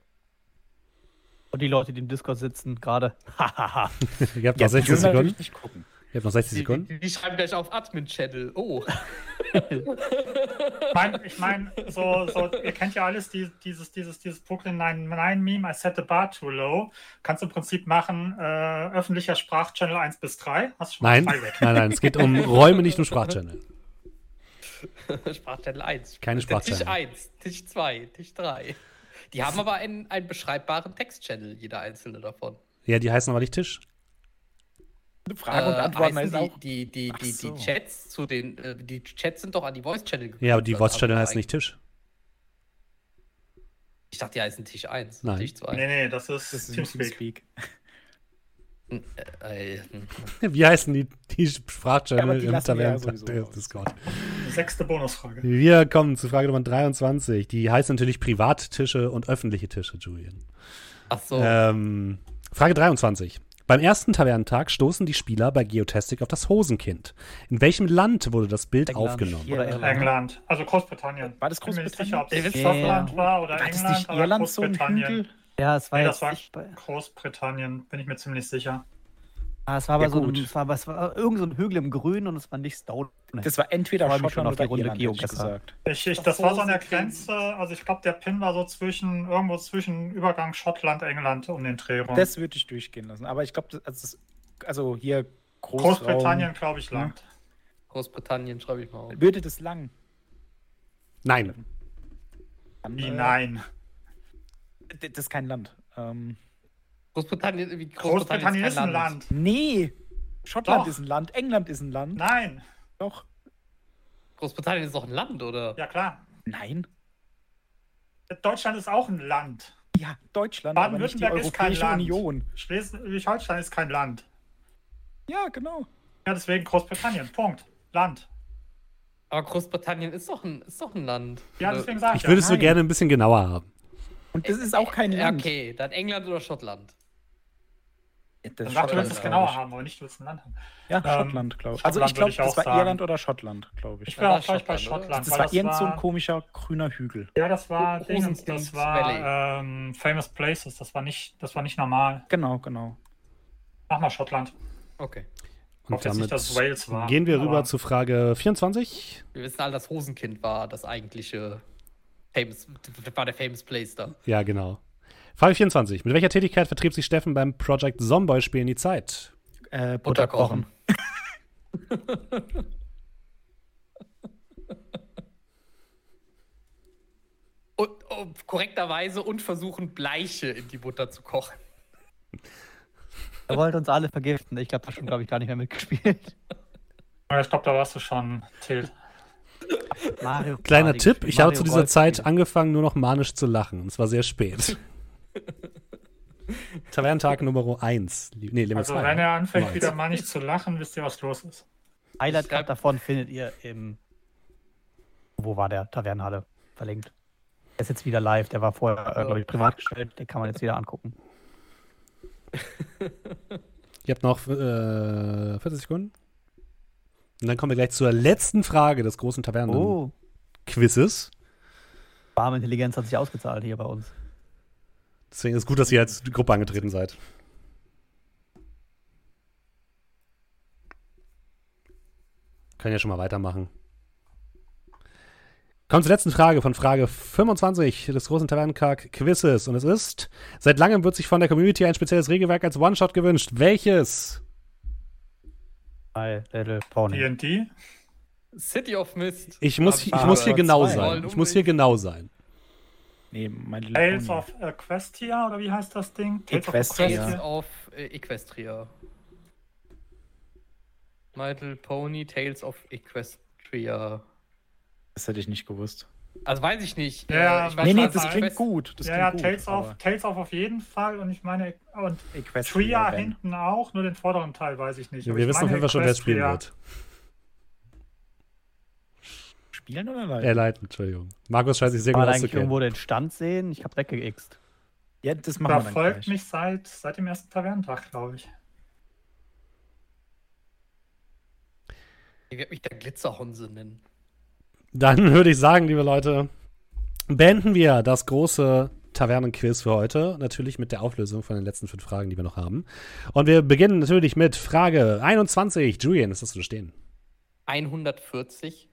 Und die Leute, die im Discord sitzen, gerade. Hahaha. Ihr habt noch 16 Jünger will Sekunden. ich nicht gucken. Ihr habt noch 60 Die, Sekunden. die, die schreiben gleich auf Admin-Channel. Oh. Ich meine, ich mein, so, so, ihr kennt ja alles die, dieses, dieses, dieses Brooklyn 99-Meme, I set the bar too low. Kannst du im Prinzip machen, äh, öffentlicher Sprachchannel 1 bis 3. Hast schon mal Nein, drei nein, weg. nein, es geht um Räume, nicht um Sprachchannel. Sprachchannel 1. Keine Der Tisch Sprachchannel. 1, Tisch 2, Tisch 3. Die haben aber einen, einen beschreibbaren Text-Channel, jeder einzelne davon. Ja, die heißen aber nicht Tisch. Frage und Äh, Antworten heißen heißt auch. die, die, die, die, so. die Chats zu den, äh, die Chats sind doch an die Voice-Channel gekommen. Ja, aber die Voice-Channel heißt nicht Tisch. Ich dachte, die heißen Tisch 1, Nein. Tisch 2. Nee, nee, das ist, Das ist Teamspeak. Teamspeak. Äh, hm. Wie heißen die, die Ja, aber Sprachchannel die im lassen wir ja Tavernen- sowieso raus. Discord? Sechste Bonusfrage. Wir kommen zu Frage Nummer 23. Die heißt natürlich Privattische und öffentliche Tische, Julian. Ach Oh. so. Ähm, Frage 23. Beim ersten Tavernentag stoßen die Spieler bei Geotastic auf das Hosenkind. In welchem Land wurde das Bild England. aufgenommen? Oder Irland. England, also Großbritannien. War das Ich bin mir nicht sicher, ob Großbritannien? es Ja, Schottland ja. war oder War das England, nicht aber Irland so ein Großbritannien. Hügel? Ja, es war Nee, das jetzt war- nicht bei, Großbritannien, bin ich mir ziemlich sicher. ah, es war aber Ja, so ein, gut. es war, es war irgend so ein Hügel im Grün und es war nicht Stone. Das war entweder Ich freu mich schon Schottland auf die oder Runde Irland, Geo hätte ich gestern. gesagt. Ich, ich, Ach, das war so an der Rosenkranz. Grenze, also ich glaube, der Pin war so zwischen, irgendwo zwischen Übergang Schottland, England um den Dreh rum. Das würde ich durchgehen lassen. Aber ich glaube, also, also hier Großraum- Großbritannien, glaube ich, langt. Großbritannien schreibe ich mal auf. Würde das lang? Nein. Dann, Wie äh, nein. d- Das ist kein Land. Ähm, Großbritannien, irgendwie Großbritannien ist ein Land. nee. Schottland Doch. ist ein Land, England ist ein Land. Nein. Doch. Großbritannien ist doch ein Land, oder? Ja, klar. Nein. Deutschland ist auch ein Land. Ja, Deutschland, aber nicht die Baden-Württemberg ist kein Europäische Land. Union. Schleswig-Holstein ist kein Land. Ja, genau. Ja, deswegen Großbritannien. Punkt. Land. Aber Großbritannien ist doch ein, ist doch ein Land. Ja, Oder- deswegen sage ich, Ich würde es so nein. gerne ein bisschen genauer haben. Und das Äh, ist auch kein Ja, Land. okay, dann England oder Schottland. ja. Das Dann sag, du Schottland, willst es glaub genauer ich. haben, aber nicht, du willst ein Land haben. Ja, Ähm, Schottland, glaube ich. Also Schottland ich glaube, würd ich auch das war sagen. Irland oder Schottland, glaube ich. Ich wäre war auch gleich bei Schottland, oder? Schottland. Das weil war irgend so ein komischer grüner Hügel. Ja, das war Ho- Dingens, Hosenkings das war Valley. ähm, Famous Places, das war nicht, das war nicht normal. Genau, genau. Mach mal Schottland. Okay. Hofft Und jetzt damit nicht, dass Wales war, gehen wir rüber aber- zu Frage 24. Wir wissen alle, dass Hosenkind war das eigentliche Famous, war der Famous Place da. Ja, genau. Frage 24. Mit welcher Tätigkeit vertrieb sich Steffen beim Project Zomboy-Spiel in die Zeit? Äh, Butter Butterkochen. kochen. Und, und korrekterweise und versuchen, Bleiche in die Butter zu kochen. Er wollte uns alle vergiften. Ich glaube, das schon, glaube ich, gar nicht mehr mitgespielt. Aber Ich glaube, da warst du schon, Tilt. Mario Kart, Kleiner die Tipp, gespielt, ich habe Mario zu dieser Golf Zeit gespielt. angefangen, nur noch manisch zu lachen. Und es war sehr spät. Tavernentag Nummer 1. Nee, Limit Also zwei, wenn ne? er anfängt, Nummer wieder eins. mal nicht zu lachen, wisst ihr, was los ist. Highlight Cup davon findet ihr im. Wo war der? Tavernenhalle. Verlinkt. Der ist jetzt wieder live. Der war vorher, äh, glaube ich, privat gestellt. Den kann man jetzt wieder angucken. Ihr habt noch äh, 40 Sekunden. Und dann kommen wir gleich zur letzten Frage des großen Oh, Tavernen-Quizzes. warme Intelligenz hat sich ausgezahlt hier bei uns. Deswegen ist es gut, dass ihr als Gruppe angetreten seid. Können ja schon mal weitermachen. Kommt zur letzten Frage von Frage 25 des großen Tavernenkag-Quizzes. Und es ist: Seit langem wird sich von der Community ein spezielles Regelwerk als One-Shot gewünscht. Welches? My Little Pony. D&D? City of Mist. Ich muss, ich Frage muss hier genau zwei. sein. Ich muss hier genau sein. Nee, mein Little Tales Pony. of Equestria, oder wie heißt das Ding? Equestria. Tales Ja. of äh, Equestria. My Little Pony, Tales of Equestria. Das hätte ich nicht gewusst. Also weiß ich nicht. Ja, Äh, ich weiß nee, nee, nicht, das was- klingt was- gut. Das ja, ja, klingt Tales gut, auf, aber Tales auf auf jeden Fall und ich meine, und Equestria, Tria wenn. hinten auch, nur den vorderen Teil weiß ich nicht. Wir aber ich wissen auf meine jeden Fall schon, wer es spielen Equestria. wird. Spielen oder nein? Er leiten, Entschuldigung. Markus scheint sich sehr Kann gut man eigentlich auszukennen. irgendwo den Stand sehen? Ich habe weggeixt. Ja, das machen wir dann Verfolgt gleich. mich seit, seit dem ersten Tavernentag, glaube ich. Ich werde mich der Glitzerhonse nennen. Dann würde ich sagen, liebe Leute, beenden wir das große Tavernenquiz für heute. Natürlich mit der Auflösung von den letzten fünf Fragen, die wir noch haben. Und wir beginnen natürlich mit Frage 21. Julian, ist das zu stehen? 140.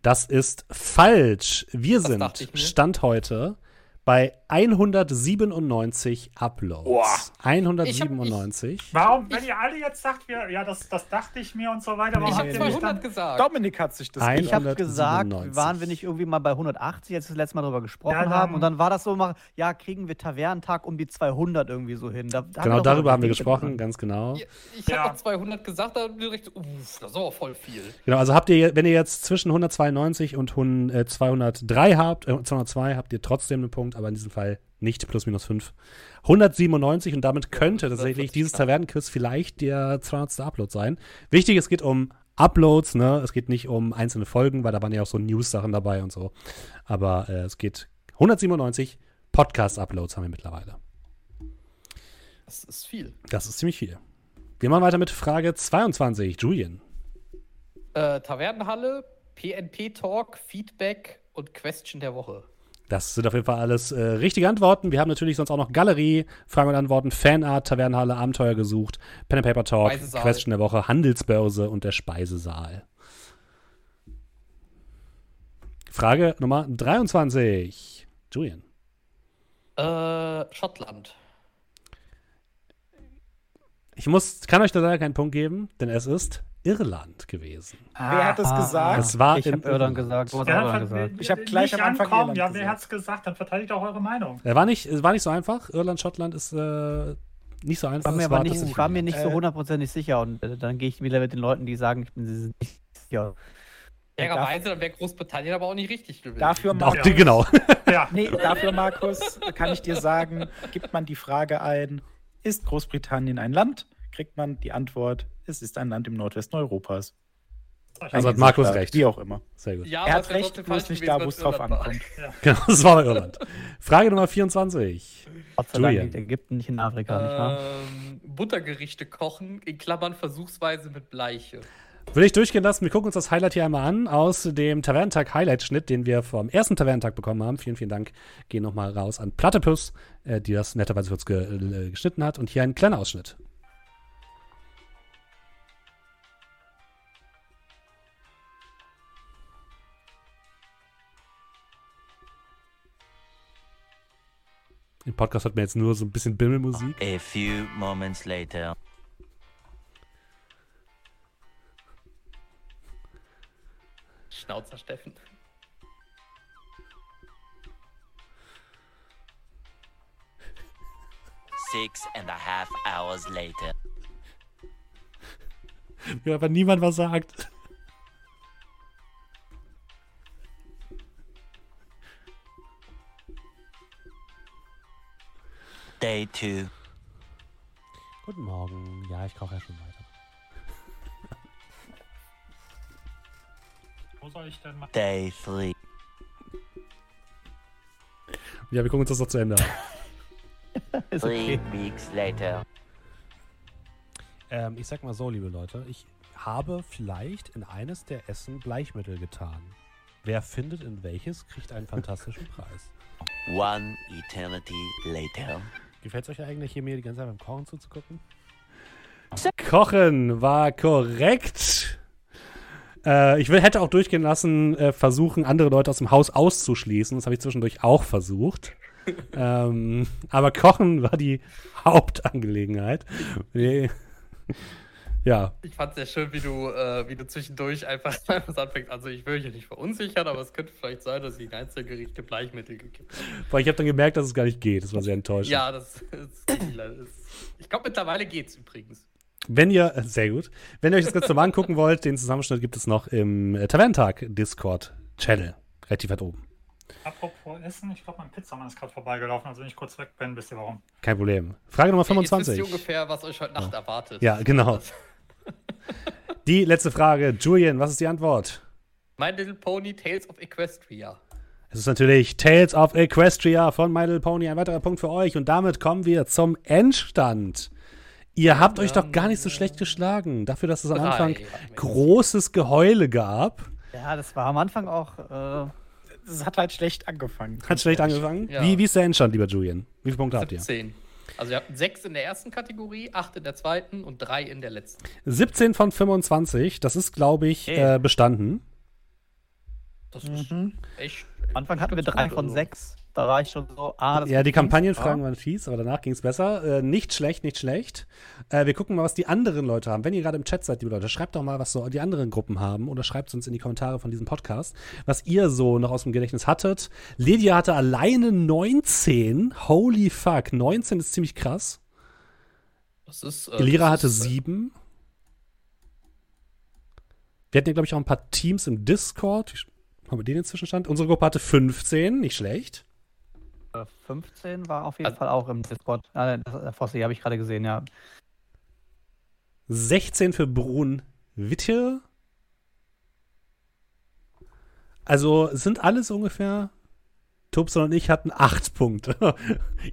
Das ist falsch. Wir Das dachte sind ich mir. Stand heute bei 197 Uploads. 197. Warum, wenn ihr alle jetzt sagt, wir, ja, das, das dachte ich mir und so weiter, warum ich habe habt ihr mich 200 dann. gesagt. Dominik hat sich das Ein- Ich habe gesagt, 197. waren wir nicht irgendwie mal bei 180, als wir das letzte Mal darüber gesprochen Ja, dann- haben? Und dann war das so, mach- ja, kriegen wir Tavernentag um die 200 irgendwie so hin. Da, da haben wir Genau, doch darüber mal haben wir geredet. gesprochen, ganz genau. Ich, ich Ja. habe auch 200 gesagt, da direkt, so, uff, das ist aber voll viel. Genau, also habt ihr, wenn ihr jetzt zwischen 192 und hun- äh, 203 habt, äh, 202 habt ihr trotzdem einen Punkt, aber in diesem Fall nicht plus minus 5. 197 und damit könnte tatsächlich dieses Tavernenquiz vielleicht der 200. Upload sein. Wichtig, es geht um Uploads, ne? Es geht nicht um einzelne Folgen, weil da waren ja auch so News-Sachen dabei und so. Aber äh, es geht 197 Podcast-Uploads haben wir mittlerweile. Das ist viel. Das ist ziemlich viel. Wir machen weiter mit Frage 22. Julian. Äh, Tavernenhalle, PNP-Talk, Feedback und Question der Woche. Das sind auf jeden Fall alles äh, richtige Antworten. Wir haben natürlich sonst auch noch Galerie, Fragen und Antworten, Fanart, Tavernhalle, Abenteuer gesucht, Pen and Paper Talk, Speisesaal. Question der Woche, Handelsbörse und der Speisesaal. Frage Nummer 23. Julian. Äh, Schottland. Ich muss, kann euch da leider keinen Punkt geben, denn es ist Irland gewesen. Wer hat das Ah, gesagt? es war Ich in habe Irland. Irland gesagt. Du hast Ja, Irland dann gesagt. ver- Ich hab gleich nicht am Anfang ankommen. Irland Ja, wer gesagt. hat's gesagt? Dann verteidigt auch eure Meinung. Äh, War nicht, es war nicht so einfach. Irland, Schottland ist äh, nicht so Ich war einfach. mir, Es aber nicht, tatsächlich ich war mir schwierig. nicht so Äh, hundertprozentig sicher. Und äh, dann gehe ich wieder mit den Leuten, die sagen, ich bin sie sind nicht sicher. Fairerweise, dann wäre Großbritannien aber auch nicht richtig ah. gewesen. Dafür, Auch Markus, die, genau. Ja, nee, dafür, Markus, kann ich dir sagen, gibt man die Frage ein, ist Großbritannien ein Land? Kriegt man die Antwort, es ist ein Land im Nordwesten Europas. Also hat Eingesetzt Markus wird, recht. Wie auch immer. Sehr gut. ja, er aber hat es wär recht, trotzdem bloß falsch nicht gewesen, da, wenn wo es Irland drauf war. ankommt. Genau, das war bei Irland. Frage Nummer 24. Gott sei Dank Julian. liegt Ägypten nicht in Afrika, nicht wahr? Ähm, Buttergerichte kochen, in Klammern versuchsweise mit Bleiche. Würde ich durchgehen lassen. Wir gucken uns das Highlight hier einmal an aus dem Tavernentag Highlight-Schnitt, den wir vom ersten Tavernentag bekommen haben. Vielen, vielen Dank. Gehen nochmal raus an Platypus, äh, die das netterweise kurz ge äh, geschnitten hat. Und hier ein kleiner Ausschnitt. Im Podcast hat man jetzt nur so ein bisschen Bimmelmusik. A few moments later. Schnauzer Steffen. Six and a half hours later. Ja, aber niemand was sagt. Day two. Guten Morgen. Ja, ich koche ja schon weiter. Wo soll ich denn machen? Day three. Ja, wir gucken uns das noch zu Ende an. Ist Three okay. weeks later. Ähm, ich sag mal so, liebe Leute, ich habe vielleicht in eines der Essen Bleichmittel getan. Wer findet in welches, kriegt einen fantastischen Preis. One eternity later. Gefällt es euch eigentlich hier mir die ganze Zeit beim Kochen zuzugucken? Kochen war korrekt. Äh, ich will, hätte auch durchgehen lassen, äh, versuchen, andere Leute aus dem Haus auszuschließen. Das habe ich zwischendurch auch versucht. ähm, aber Kochen war die Hauptangelegenheit. Nee. Ja, Ich fand sehr schön, wie du, äh, wie du zwischendurch einfach was anfängst. Also ich will hier nicht verunsichern, aber es könnte vielleicht sein, dass ich in Einzelgerichte Bleichmittel gekippt habe. weil ich habe dann gemerkt, dass es gar nicht geht. Das war sehr enttäuschend. Ja, das ist, ist Ich glaube, mittlerweile geht's übrigens. Wenn ihr, äh, sehr gut, wenn ihr euch das Ganze mal angucken wollt, den Zusammenschnitt gibt es noch im äh, Tavernentag Discord-Channel. Relativ weit oben. Apropos Essen, ich glaube, mein Pizzamann ist gerade vorbeigelaufen, also wenn ich kurz weg bin, wisst ihr warum. Kein Problem. Frage Nummer Jetzt 25. wisst ihr ungefähr, was euch heute Nacht erwartet. Ja, genau. Die letzte Frage. Julian, was ist die Antwort? My Little Pony Tales of Equestria. Es ist natürlich Tales of Equestria von My Little Pony. Ein weiterer Punkt für euch. Und damit kommen wir zum Endstand. Ihr habt euch doch gar nicht so schlecht geschlagen. Dafür, dass es am Drei. Anfang großes Geheule gab. Ja, das war am Anfang auch. Äh, das hat halt schlecht angefangen. Hat schlecht angefangen. Ja. Wie, wie ist der Endstand, lieber Julian? Wie viele Punkte habt ihr? 17. Also ihr habt 6 in der ersten Kategorie, 8 in der zweiten und 3 in der letzten. 17 von 25. Das ist, glaube ich, Okay. äh, bestanden. Das ist Mhm. echt. am Anfang hatten wir drei von sechs. Da war ich schon so. Ah, das ja, die geht schief, Kampagnenfragen ja. waren fies, aber danach ging es besser. Äh, nicht schlecht, nicht schlecht. Äh, wir gucken mal, was die anderen Leute haben. Wenn ihr gerade im Chat seid, liebe Leute, schreibt doch mal, was so die anderen Gruppen haben oder schreibt es uns in die Kommentare von diesem Podcast, was ihr so noch aus dem Gedächtnis hattet. Lydia hatte alleine 19. Holy fuck, 19 ist ziemlich krass. Äh, Das ist, äh, Elira das hatte ist, äh, sieben. Wir hatten ja, glaube ich, auch ein paar Teams im Discord. Die- Haben wir den inzwischen stand? Unsere Gruppe hatte 15, nicht schlecht. Äh, 15 war auf jeden Fall auch im Discord. Ah, nein, das- äh, Fossi habe ich gerade gesehen, ja. 16 für Brun Witte. Also es sind alles ungefähr. Tubson und ich hatten 8 Punkte.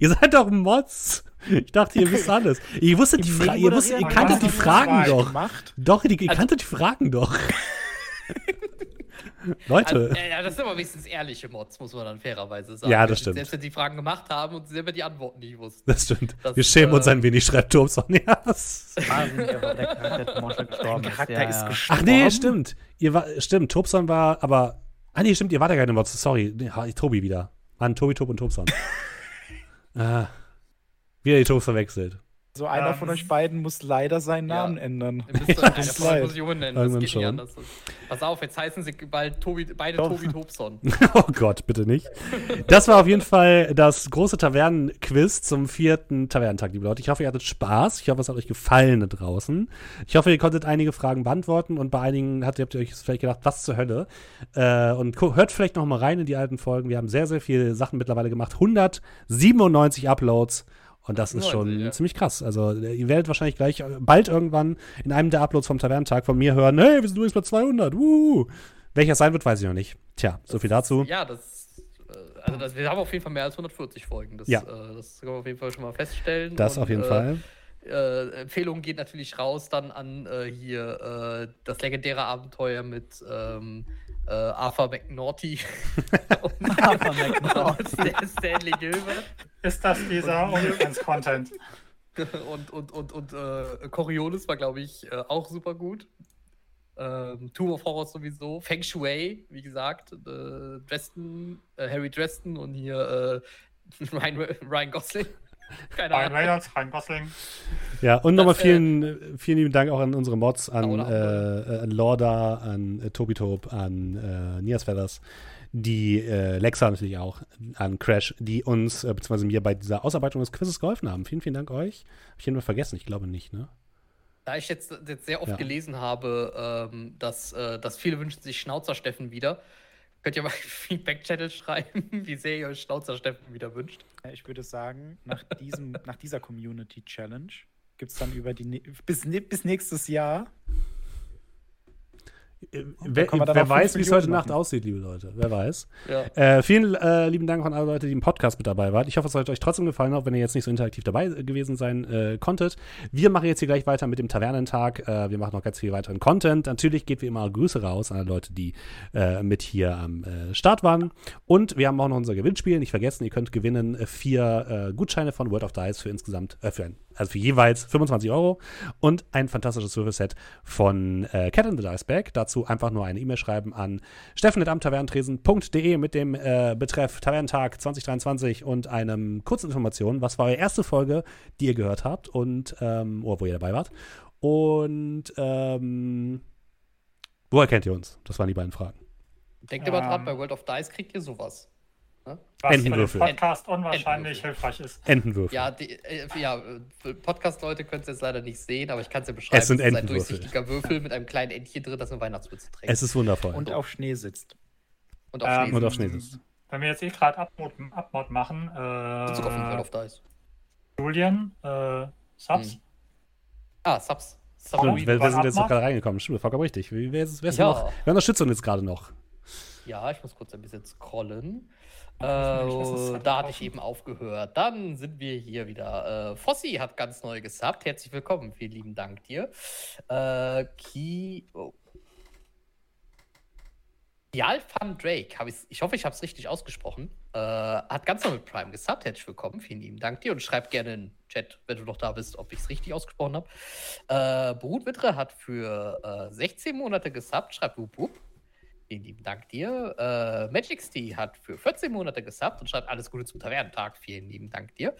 ihr seid doch Mods. Ich dachte, ihr wisst alles. Ihr wusstet die Fra ihr, wusstet, ihr moderieren. kanntet Was die hast du Fragen falsch doch. gemacht? Doch, die, Also ihr kanntet die Fragen doch. Leute. Also, äh, ja, das sind aber wenigstens ehrliche Mods, muss man dann fairerweise sagen. Ja, das stimmt. Selbst wenn sie die Fragen gemacht haben und sie selber die Antworten nie wussten. Das stimmt. Das, wir schämen uns äh, ein wenig, schreibt Thompson. Ja. das- Ah, sind wir, wo der Charakter der Monster gestorben ist. Charakter Ja, ist ja. Ach gestorben. nee, stimmt. Ihr war, stimmt, Thompson war, aber. Ah nee, stimmt, ihr wart ja gerade im Mods. Sorry, nee, ha- Tobi wieder. Mann, Tobi, Tob und Thompson. ah, wieder die Tobs verwechselt. So einer Ähm, von euch beiden muss leider seinen Namen ändern. Ihr müsst dann Tut eine uns leid. Person umbenennen, das Irgendwann geht schon. nicht anders. Pass auf, jetzt heißen sie bald Tobi, beide Tobi Tobson. Oh Gott, bitte nicht. Das war auf jeden Fall das große Tavernen-Quiz zum vierten Tavernentag, liebe Leute. Ich hoffe, ihr hattet Spaß. Ich hoffe, es hat euch gefallen da draußen. Ich hoffe, ihr konntet einige Fragen beantworten und bei einigen habt ihr, habt ihr euch vielleicht gedacht, was zur Hölle. Äh, und gu- hört vielleicht noch mal rein in die alten Folgen. Wir haben sehr, sehr viele Sachen mittlerweile gemacht. 197 Uploads. Und das ist schon 98, ja. ziemlich krass. Also, äh, ihr werdet wahrscheinlich gleich äh, bald irgendwann in einem der Uploads vom Tavernentag von mir hören: Hey, wir sind übrigens bei 200. Wuhu. Welcher es sein wird, weiß ich noch nicht. Tja, so viel dazu. Ja, das. äh, Also das, wir haben auf jeden Fall mehr als 140 Folgen. Das, Ja. äh, das können wir auf jeden Fall schon mal feststellen. Das Und, auf jeden äh, Fall. Äh, Empfehlung geht natürlich raus dann an äh, hier äh, das legendäre Abenteuer mit ähm, äh, Arthur McNaughty Oh und, Arthur McNaughty. und der Stanley Gilbert Ist das dieser OnlyFans-Content? und, und, und, und äh, Coriolis war, glaube ich, äh, auch super gut. Ähm, Tomb of Horrors sowieso. Feng Shui, wie gesagt, äh, Dresden, äh, Harry Dresden und hier äh, Ryan, Ryan Gosling. Keine Ryan Ahnung. Reynolds, Ryan Gosling. Ja, und nochmal Das, äh, vielen, vielen lieben Dank auch an unsere Mods, an, Oder auch, äh, äh, an Lorda, an äh, Tobitob, an äh, Nias Feathers, die äh, Lexa natürlich auch, an Crash, die uns, äh, beziehungsweise mir bei dieser Ausarbeitung des Quizzes geholfen haben. Vielen, vielen Dank euch. Hab ich jemanden vergessen? Ich glaube nicht, ne? Da ich jetzt, jetzt sehr oft Ja. gelesen habe, ähm, dass, äh, dass viele wünschen sich Schnauzer-Steffen wieder, könnt ihr mal im Feedback-Channel schreiben, wie sehr ihr euch Schnauzer-Steffen wieder wünscht. Ja, Ich würde sagen, nach, diesem, nach dieser Community Challenge gibt es dann über die ne- bis, ne- bis nächstes Jahr. Äh, Wer, können wir dann wer auch weiß, fünf wie es heute Minuten Nacht machen. aussieht, liebe Leute. Wer weiß. Ja. Äh, vielen äh, lieben Dank an alle Leute, die im Podcast mit dabei waren. Ich hoffe, es hat euch trotzdem gefallen, auch wenn ihr jetzt nicht so interaktiv dabei äh, gewesen sein äh, konntet. Wir machen jetzt hier gleich weiter mit dem Tavernentag. Äh, wir machen noch ganz viel weiteren Content. Natürlich geht wie immer Grüße raus an alle Leute, die äh, mit hier am äh, Start waren. Und wir haben auch noch unser Gewinnspiel. Nicht vergessen, ihr könnt gewinnen äh, vier äh, Gutscheine von World of Dice für insgesamt, äh, für ein, also für jeweils 25 Euro und ein fantastisches Würfelset von äh, Cat in the Dice Bag. Dazu einfach nur eine E-Mail schreiben an steffen.amtaverntresen.de mit dem äh, Betreff Tavernentag 2023 und einem kurzen Information, was war eure erste Folge, die ihr gehört habt und ähm, oder wo ihr dabei wart. Und ähm, woher kennt ihr uns? Das waren die beiden Fragen. Denkt immer dran, Ähm. bei World of Dice kriegt ihr sowas. Was für den Entenwürfel. Podcast unwahrscheinlich Entenwürfel. hilfreich ist. Entenwürfel. Ja, die, äh, ja äh, Podcast-Leute können es jetzt leider nicht sehen, aber ich kann es ja beschreiben. Es sind ein Entenwürfel. durchsichtiger Würfel mit einem kleinen Entchen drin, das eine Weihnachtsmütze trägt. Es ist wundervoll. Und auf Schnee sitzt. und auf Ähm, Schnee Und auf sitzt. Schnee sitzt. Wenn wir jetzt eh gerade Abmod, Abmod machen, Sind sogar fünf World äh, of Dice. Julian, äh, Subs? Hm. Ah, Subs. Subs. Stimmt, wer, wer sind jetzt noch Abmacht? gerade reingekommen? Stimmt, vollkommen richtig. Wer, wer ist, wer ist Ja. noch? Wer unterstützt uns jetzt gerade noch? Ja, ich muss kurz ein bisschen scrollen. Äh, Hoffentlich ist es halt da hatte ich draußen. eben aufgehört. Dann sind wir hier wieder. Äh, Fossi hat ganz neu gesubbt. Herzlich willkommen. Vielen lieben Dank dir. Äh, Ki. Oh. Kial van Drake, hab ich's, ich hoffe, ich habe es richtig ausgesprochen, äh, hat ganz neu mit Prime gesubbt. Herzlich willkommen. Vielen lieben Dank dir. Und schreib gerne in den Chat, wenn du noch da bist, ob ich es richtig ausgesprochen habe. Äh, Brut Wittre hat für äh, 16 Monate gesubbt. Schreibt wup, wup. Vielen lieben Dank dir. Äh, MagicSty hat für 14 Monate gesubbt und schreibt alles Gute zum Tavernentag. Vielen lieben Dank dir.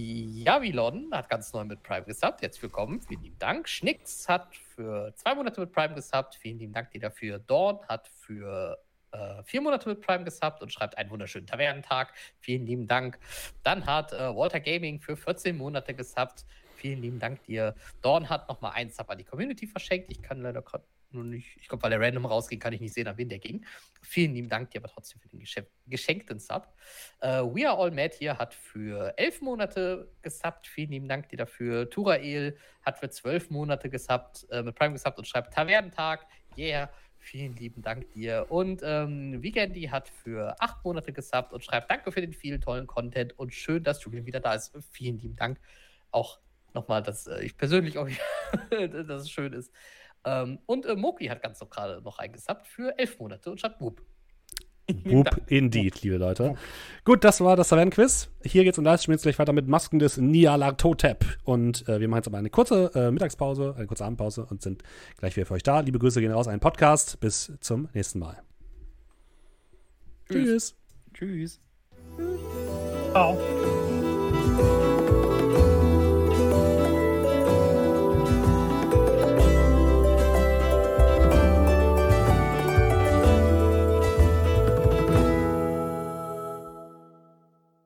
Javilon hat ganz neu mit Prime gesubbt. Jetzt willkommen. Vielen lieben Dank. Schnicks hat für zwei Monate mit Prime gesubbt. Vielen lieben Dank dir dafür. Dawn hat für äh, vier Monate mit Prime gesubbt und schreibt einen wunderschönen Tavernentag. Vielen lieben Dank. Dann hat äh, Walter Gaming für 14 Monate gesubbt. Vielen lieben Dank dir. Dawn hat nochmal einen Sub an die Community verschenkt. Ich kann leider gerade nur nicht, ich glaube, weil er random rausging, kann ich nicht sehen, an wen der ging. Vielen lieben Dank dir aber trotzdem für den geschenk- geschenkten Sub. Äh, We Are All Mad hier hat für elf Monate gesubbt. Vielen lieben Dank dir dafür. Turael hat für zwölf Monate gesubbt, äh, mit Prime gesubbt und schreibt Tavernentag. Yeah. Vielen lieben Dank dir. Und ähm, Weekendy hat für acht Monate gesubbt und schreibt Danke für den vielen tollen Content und schön, dass Julian wieder da ist. Vielen lieben Dank. Auch nochmal, dass äh, ich persönlich auch, dass es schön ist. Ähm, und äh, Moki hat ganz noch gerade noch eingesubbt für elf Monate und schreibt Whoop. Whoop indeed, liebe Leute. Gut, das war das Tavernenquiz. Hier geht's um Livestream jetzt gleich weiter mit Masken des Nyarlathotep. Und äh, wir machen jetzt aber eine kurze äh, Mittagspause, eine kurze Abendpause und sind gleich wieder für euch da. Liebe Grüße gehen raus, ein Podcast. Bis zum nächsten Mal. Tschüss. Tschüss. Ciao.